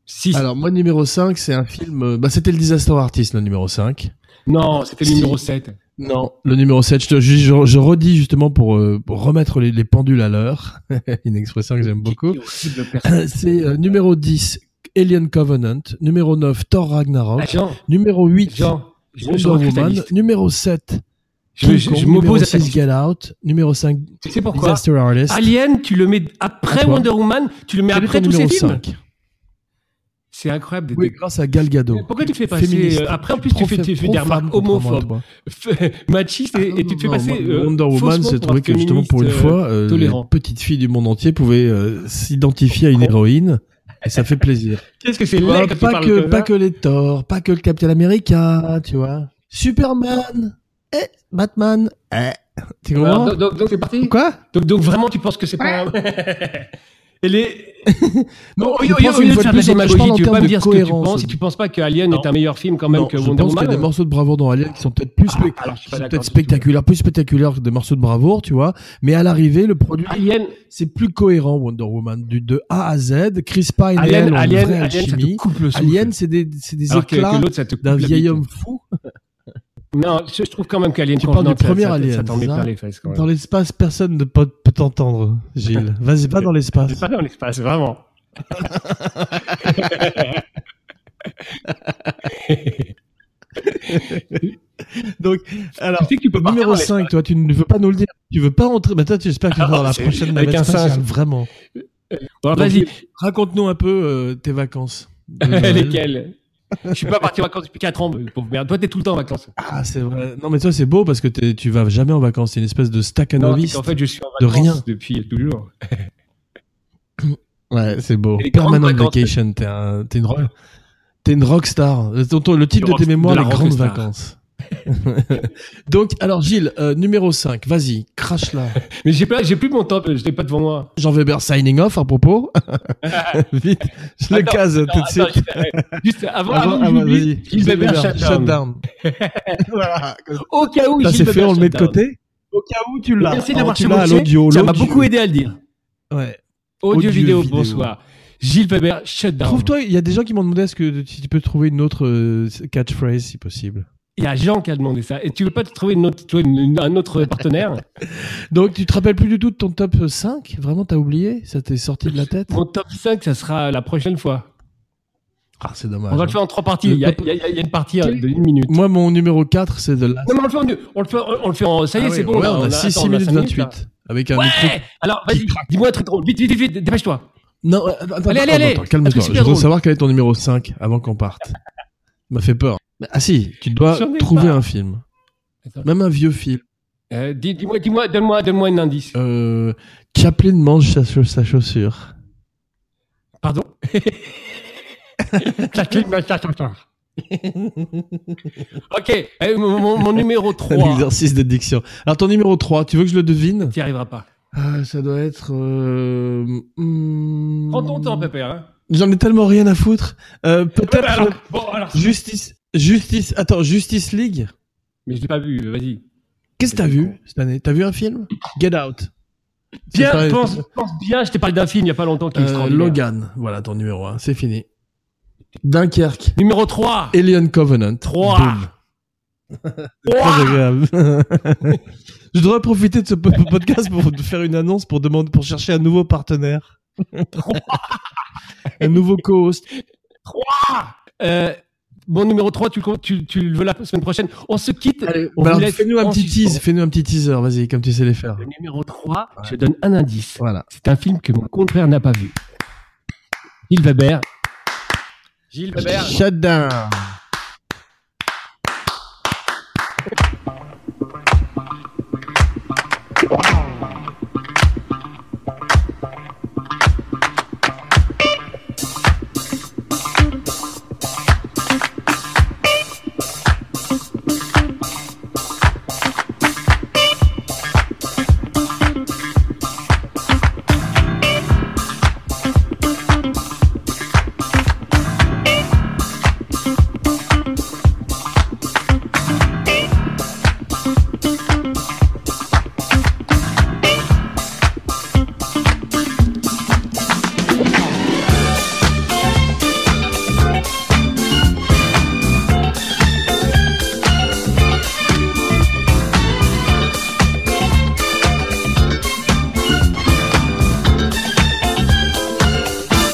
[SPEAKER 1] 6.
[SPEAKER 2] Alors, moi, numéro 5, c'est un film. euh, Bah, c'était le Disaster Artist, le numéro 5.
[SPEAKER 1] non, c'était
[SPEAKER 2] Si.
[SPEAKER 1] le numéro 7.
[SPEAKER 2] Non, le numéro 7, je, te- je, je- je redis justement pour, euh, pour remettre les, les pendules à l'heure, une expression que j'aime beaucoup. C'est euh, numéro 10, Alien Covenant, numéro 9, Thor Ragnarok,
[SPEAKER 1] Ah, Jean,
[SPEAKER 2] numéro 8,
[SPEAKER 1] Jean, je,
[SPEAKER 2] Wonder
[SPEAKER 1] je refuse ta
[SPEAKER 2] Woman,
[SPEAKER 1] liste.
[SPEAKER 2] numéro 7,
[SPEAKER 1] Je-
[SPEAKER 2] King
[SPEAKER 1] je-
[SPEAKER 2] Kong,
[SPEAKER 1] je
[SPEAKER 2] numéro
[SPEAKER 1] m'oppose à ta
[SPEAKER 2] 6,
[SPEAKER 1] liste.
[SPEAKER 2] Get Out, numéro 5,
[SPEAKER 1] Tu sais pourquoi
[SPEAKER 2] Disaster Artist.
[SPEAKER 1] Alien, tu le mets
[SPEAKER 2] À
[SPEAKER 1] après
[SPEAKER 2] toi.
[SPEAKER 1] Wonder Woman, tu le mets
[SPEAKER 2] Quel est
[SPEAKER 1] après
[SPEAKER 2] ton
[SPEAKER 1] tous ces
[SPEAKER 2] numéro
[SPEAKER 1] films.
[SPEAKER 2] 5?
[SPEAKER 1] C'est incroyable. d'être-
[SPEAKER 2] Oui, grâce à Gal Gadot.
[SPEAKER 1] Pourquoi tu te fais passer
[SPEAKER 2] Féministe.
[SPEAKER 1] euh, Après, en plus, tu fais, tu fais des remarques homophobes, f- machistes et, et tu te fais
[SPEAKER 2] Non,
[SPEAKER 1] passer.
[SPEAKER 2] moi,
[SPEAKER 1] euh,
[SPEAKER 2] Ah, Wonder Woman
[SPEAKER 1] faussement pour
[SPEAKER 2] s'est
[SPEAKER 1] un
[SPEAKER 2] trouvé que justement pour une
[SPEAKER 1] féministe, euh,
[SPEAKER 2] fois, euh, les
[SPEAKER 1] tolérant.
[SPEAKER 2] petites filles du monde entier pouvaient euh, s'identifier à une
[SPEAKER 1] Con.
[SPEAKER 2] héroïne et ça fait plaisir.
[SPEAKER 1] Qu'est-ce que c'est
[SPEAKER 2] Voilà,
[SPEAKER 1] laid quand tu
[SPEAKER 2] Ah, pas
[SPEAKER 1] parles
[SPEAKER 2] que
[SPEAKER 1] comme
[SPEAKER 2] pas
[SPEAKER 1] ça.
[SPEAKER 2] que les Thor, pas que le Captain America, tu vois. Superman, eh, Batman, eh. Tu
[SPEAKER 1] Alors,
[SPEAKER 2] comprends
[SPEAKER 1] donc- donc- donc, c'est parti.
[SPEAKER 2] Quoi
[SPEAKER 1] Donc, donc vraiment, tu penses que c'est pas. Et les.
[SPEAKER 2] Non,
[SPEAKER 1] au
[SPEAKER 2] je
[SPEAKER 1] lieu- au lieu-
[SPEAKER 2] pense
[SPEAKER 1] au
[SPEAKER 2] une
[SPEAKER 1] lieu de faire
[SPEAKER 2] fois de
[SPEAKER 1] de la
[SPEAKER 2] plus, je
[SPEAKER 1] démagogie,
[SPEAKER 2] parle en
[SPEAKER 1] tu veux
[SPEAKER 2] termes
[SPEAKER 1] pas me
[SPEAKER 2] de
[SPEAKER 1] dire ce que tu
[SPEAKER 2] cohérence.
[SPEAKER 1] penses. Si tu penses pas que Alien
[SPEAKER 2] Non.
[SPEAKER 1] est un meilleur film quand même
[SPEAKER 2] Non,
[SPEAKER 1] que
[SPEAKER 2] je
[SPEAKER 1] Wonder
[SPEAKER 2] pense qu'il y a des
[SPEAKER 1] Woman.
[SPEAKER 2] morceaux de bravoure dans Alien qui sont peut-être plus,
[SPEAKER 1] Ah,
[SPEAKER 2] spect-
[SPEAKER 1] alors, je suis
[SPEAKER 2] qui
[SPEAKER 1] pas
[SPEAKER 2] sont
[SPEAKER 1] d'accord
[SPEAKER 2] peut-être
[SPEAKER 1] du tout.
[SPEAKER 2] spectaculaires, plus spectaculaires que des morceaux de bravoure, tu vois. Mais à l'arrivée, le produit,
[SPEAKER 1] Alien,
[SPEAKER 2] c'est plus cohérent Wonder Woman du de A à Z. Chris Pine, et elle
[SPEAKER 1] Alien,
[SPEAKER 2] ont une
[SPEAKER 1] Alien,
[SPEAKER 2] vraie
[SPEAKER 1] Alien, ça te
[SPEAKER 2] alchimie.
[SPEAKER 1] coupe le souffle.
[SPEAKER 2] Alien, c'est des, c'est des
[SPEAKER 1] Alors que,
[SPEAKER 2] éclats
[SPEAKER 1] que l'autre, ça te coupe
[SPEAKER 2] d'un
[SPEAKER 1] la
[SPEAKER 2] vieil
[SPEAKER 1] bite.
[SPEAKER 2] homme fou
[SPEAKER 1] Non, je je trouve quand même qu'Alien.
[SPEAKER 2] Tu parles du
[SPEAKER 1] Convenant, ça-
[SPEAKER 2] premier
[SPEAKER 1] ça-
[SPEAKER 2] Alien,
[SPEAKER 1] Ça t'en met
[SPEAKER 2] c'est ça
[SPEAKER 1] plein les fesses quand même.
[SPEAKER 2] Dans l'espace, personne ne peut peut t'entendre, Gilles. Vas-y, pas dans l'espace.
[SPEAKER 1] C'est pas dans l'espace, vraiment.
[SPEAKER 2] Donc, alors,
[SPEAKER 1] Tu sais que tu peux partir
[SPEAKER 2] numéro
[SPEAKER 1] dans l'espace.
[SPEAKER 2] 5, toi, tu ne veux pas nous le dire. Tu veux pas entrer. Bah, toi, tu- j'espère que tu vas
[SPEAKER 1] Alors,
[SPEAKER 2] dans la
[SPEAKER 1] c'est-
[SPEAKER 2] prochaine
[SPEAKER 1] avec
[SPEAKER 2] navette
[SPEAKER 1] un singe.
[SPEAKER 2] spatiale, Vraiment.
[SPEAKER 1] Bon,
[SPEAKER 2] Donc,
[SPEAKER 1] Vas-y,
[SPEAKER 2] Raconte-nous un peu euh, tes vacances. de Noël.
[SPEAKER 1] lesquels Je suis pas parti en vacances depuis 4 ans, pauvre merde. Toi, t'es tout le temps en vacances.
[SPEAKER 2] Ah, c'est vrai. Non, mais toi, c'est beau parce que t'es- tu vas jamais en vacances. C'est une espèce de
[SPEAKER 1] Non,
[SPEAKER 2] staccanoviste.
[SPEAKER 1] en fait, je suis en
[SPEAKER 2] de
[SPEAKER 1] vacances
[SPEAKER 2] rien.
[SPEAKER 1] depuis toujours.
[SPEAKER 2] Ouais, c'est beau.
[SPEAKER 1] Et les grandes
[SPEAKER 2] Permanent
[SPEAKER 1] vacances.
[SPEAKER 2] vacation. T'es un, t'es une, rock- t'es une rockstar. Le, ton- ton- le titre
[SPEAKER 1] Une
[SPEAKER 2] de tes
[SPEAKER 1] rock-
[SPEAKER 2] mémoires,
[SPEAKER 1] de la
[SPEAKER 2] les grandes
[SPEAKER 1] rockstar.
[SPEAKER 2] vacances. Donc, alors, Gilles, euh, numéro 5. Vas-y, crache-la.
[SPEAKER 1] Mais j'ai pas, j'ai plus mon temps, je l'ai pas devant moi.
[SPEAKER 2] Jean Weber signing off à propos. Vite, je le
[SPEAKER 1] Attends,
[SPEAKER 2] case tout de
[SPEAKER 1] Attends,
[SPEAKER 2] suite.
[SPEAKER 1] Juste avant,
[SPEAKER 2] Avant-
[SPEAKER 1] avant, que
[SPEAKER 2] avant,
[SPEAKER 1] j'oublie,
[SPEAKER 2] vas-y.
[SPEAKER 1] Gilles Weber, shutdown.
[SPEAKER 2] Shutdown. Voilà.
[SPEAKER 1] Au cas où
[SPEAKER 2] Ça,
[SPEAKER 1] Gilles
[SPEAKER 2] c'est
[SPEAKER 1] Weber
[SPEAKER 2] fait, on le met de
[SPEAKER 1] shutdown.
[SPEAKER 2] côté. Au cas où tu l'as.
[SPEAKER 3] Merci
[SPEAKER 2] Oh,
[SPEAKER 3] d'avoir
[SPEAKER 2] tu l'as à
[SPEAKER 3] chevauché.
[SPEAKER 2] l'audio.
[SPEAKER 3] Ça m'a
[SPEAKER 2] l'audio.
[SPEAKER 3] beaucoup aidé à le dire.
[SPEAKER 2] Ouais.
[SPEAKER 3] Audio,
[SPEAKER 2] Audio
[SPEAKER 3] vidéo,
[SPEAKER 2] vidéo.
[SPEAKER 3] bonsoir. Gilles Weber, shut down.
[SPEAKER 2] Trouve-toi, il y a des gens qui m'ont demandé est-ce que si tu peux trouver une autre euh, catchphrase si possible.
[SPEAKER 1] Il y a Jean qui a demandé ça. Et tu veux pas te trouver une autre- toi, une- une- un autre partenaire
[SPEAKER 2] Donc tu te rappelles plus du tout de ton top 5 Vraiment, t'as oublié Ça t'est sorti de la tête
[SPEAKER 1] Mon top 5, ça sera la prochaine fois.
[SPEAKER 2] Ah, c'est dommage.
[SPEAKER 1] On va le faire en trois parties. Il y a, il y a- il y a une partie euh, de une minute.
[SPEAKER 2] hein. Moi, mon numéro 4, c'est de la.
[SPEAKER 1] Non, mais on le fait en deux. on le fait, on le fait en. Ça y est,
[SPEAKER 2] Ah oui,
[SPEAKER 1] c'est bon.
[SPEAKER 2] ouais,
[SPEAKER 1] là,
[SPEAKER 2] on, a 6
[SPEAKER 1] attends, on a
[SPEAKER 2] minutes
[SPEAKER 1] cinq
[SPEAKER 2] 28.
[SPEAKER 1] là.
[SPEAKER 2] avec un micro.
[SPEAKER 1] Ouais Alors, vas-y, dis-moi un truc drôle. Vite, vite, vite, vite, dépêche-toi.
[SPEAKER 2] Non, euh,
[SPEAKER 1] Allez,
[SPEAKER 2] attends, attends,
[SPEAKER 1] allez, allez.
[SPEAKER 2] attends,
[SPEAKER 1] Un truc
[SPEAKER 2] calme-toi. Je
[SPEAKER 1] super
[SPEAKER 2] voudrais
[SPEAKER 1] drôle.
[SPEAKER 2] savoir quel est ton numéro 5 avant qu'on parte. Il m'a fait peur. Ah si, tu dois
[SPEAKER 1] J'en ai
[SPEAKER 2] trouver
[SPEAKER 1] pas.
[SPEAKER 2] un film.
[SPEAKER 1] Attends.
[SPEAKER 2] Même un vieux film.
[SPEAKER 1] Euh, dis- dis-moi, dis-moi, donne-moi, donne-moi un indice.
[SPEAKER 2] Euh, Chaplin mange sa, cha- sa chaussure.
[SPEAKER 1] Pardon Chacune ma chatte encore. Ok, euh, mon, mon- mon numéro 3.
[SPEAKER 2] L'exercice de diction. Alors ton numéro 3, tu veux que je le devine
[SPEAKER 1] Tu n'y arriveras pas.
[SPEAKER 2] Ah, Ça doit être... Euh... hmm,
[SPEAKER 1] Prends ton temps, Pépère. hein.
[SPEAKER 2] J'en ai tellement rien à foutre. Euh,
[SPEAKER 1] Ouais,
[SPEAKER 2] Peut-être...
[SPEAKER 1] bah alors, bon, alors.
[SPEAKER 2] Justice... Justice... Attends, Justice League
[SPEAKER 1] Mais je l'ai pas vu, euh, vas-y.
[SPEAKER 2] Qu'est-ce que t'as vu cette année T'as vu un film Get Out. C'est
[SPEAKER 1] Bien,
[SPEAKER 2] pas-
[SPEAKER 1] pense, pense bien, je t'ai parlé d'un film il n'y a pas longtemps qui est
[SPEAKER 2] Euh,
[SPEAKER 1] extraordinaire.
[SPEAKER 2] Logan, voilà ton numéro 1, c'est fini. Dunkerque,
[SPEAKER 1] Numéro 3.
[SPEAKER 2] Alien Covenant.
[SPEAKER 1] 3.
[SPEAKER 2] Boum. Très agréable. Je devrais profiter de ce po- podcast pour te faire une annonce, pour, demander, pour chercher un nouveau partenaire. un nouveau co-host.
[SPEAKER 1] bon, euh, numéro 3, tu, le comptes- tu, tu le veux la semaine prochaine. On se quitte. on
[SPEAKER 2] Bah
[SPEAKER 1] vous
[SPEAKER 2] alors,
[SPEAKER 1] laisse
[SPEAKER 2] Fais-nous un
[SPEAKER 1] en
[SPEAKER 2] petit
[SPEAKER 1] suspens.
[SPEAKER 2] tease, fais-nous un petit teaser, vas-y, comme tu sais les faire.
[SPEAKER 1] Le numéro 3, je donne un indice.
[SPEAKER 2] Voilà.
[SPEAKER 1] C'est un film que mon confrère n'a pas vu. Gilles Weber. Gilles Weber.
[SPEAKER 2] Shutdown.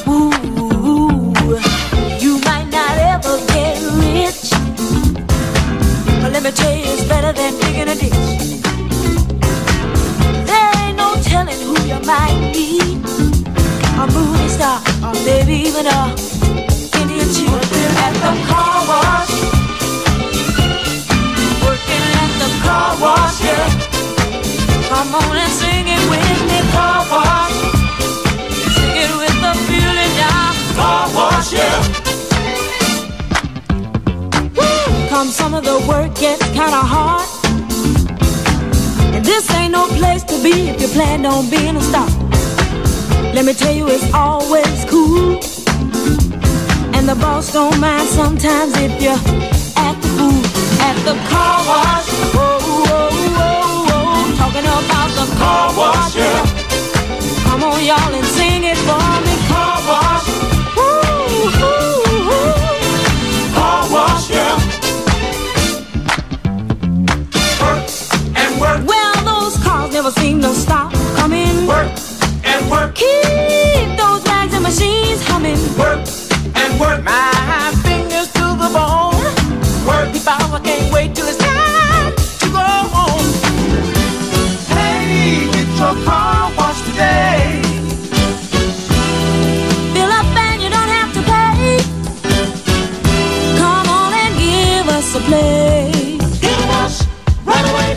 [SPEAKER 4] Ooh, you might not ever get rich. But let me tell you, it's better than digging a ditch. There ain't no telling who you might meet. A movie star, or maybe even a Indian chief. Working at the car wash. Working at the car wash, yeah. Come on and sing it with me, car wash. Sing it with the feeling down. Car wash, yeah. Come some of the work gets kinda hard. And this ain't no place to be if you plan on being a star. Let me tell you, it's always cool. And the boss don't mind sometimes if you act the fool at the car wash. Whoa, whoa, whoa, whoa. Talking about the car wash, yeah. Come on, y'all, and sing it for me. Car wash. Woo, woo, woo. Car wash, yeah.
[SPEAKER 5] work and work,
[SPEAKER 4] Well, those cars never seem to stop coming.
[SPEAKER 5] work and work,
[SPEAKER 4] Keep those rags and machines humming.
[SPEAKER 5] work and work,
[SPEAKER 4] My fingers to the bone.
[SPEAKER 5] work.
[SPEAKER 4] People, I can't wait till it's time to go home.
[SPEAKER 5] Hey, get your car washed today.
[SPEAKER 4] Fill up and you don't have to pay. Come on and give us a play.
[SPEAKER 5] Get a wash right away.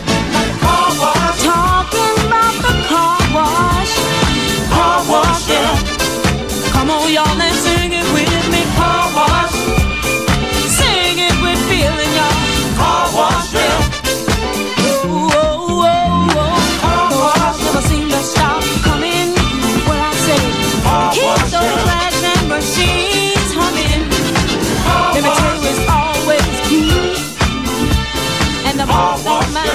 [SPEAKER 5] Car wash,
[SPEAKER 4] Talking about the car wash.
[SPEAKER 5] car wash, yeah.
[SPEAKER 4] Come on, y'all, and sing it with me.
[SPEAKER 5] Car wash,
[SPEAKER 4] Sing it with feeling, y'all.
[SPEAKER 5] car wash, yeah.
[SPEAKER 4] Ooh, oh, oh, oh.
[SPEAKER 5] Car
[SPEAKER 4] Those cars
[SPEAKER 5] wash,
[SPEAKER 4] never seem to stop coming. What I say,
[SPEAKER 5] car
[SPEAKER 4] keep
[SPEAKER 5] wash,
[SPEAKER 4] those
[SPEAKER 5] yeah.
[SPEAKER 4] flags and machines humming.
[SPEAKER 5] Car
[SPEAKER 4] Let me tell
[SPEAKER 5] wash,
[SPEAKER 4] you, it's always cute. And the boss
[SPEAKER 5] Car
[SPEAKER 4] don't
[SPEAKER 5] wash,
[SPEAKER 4] mind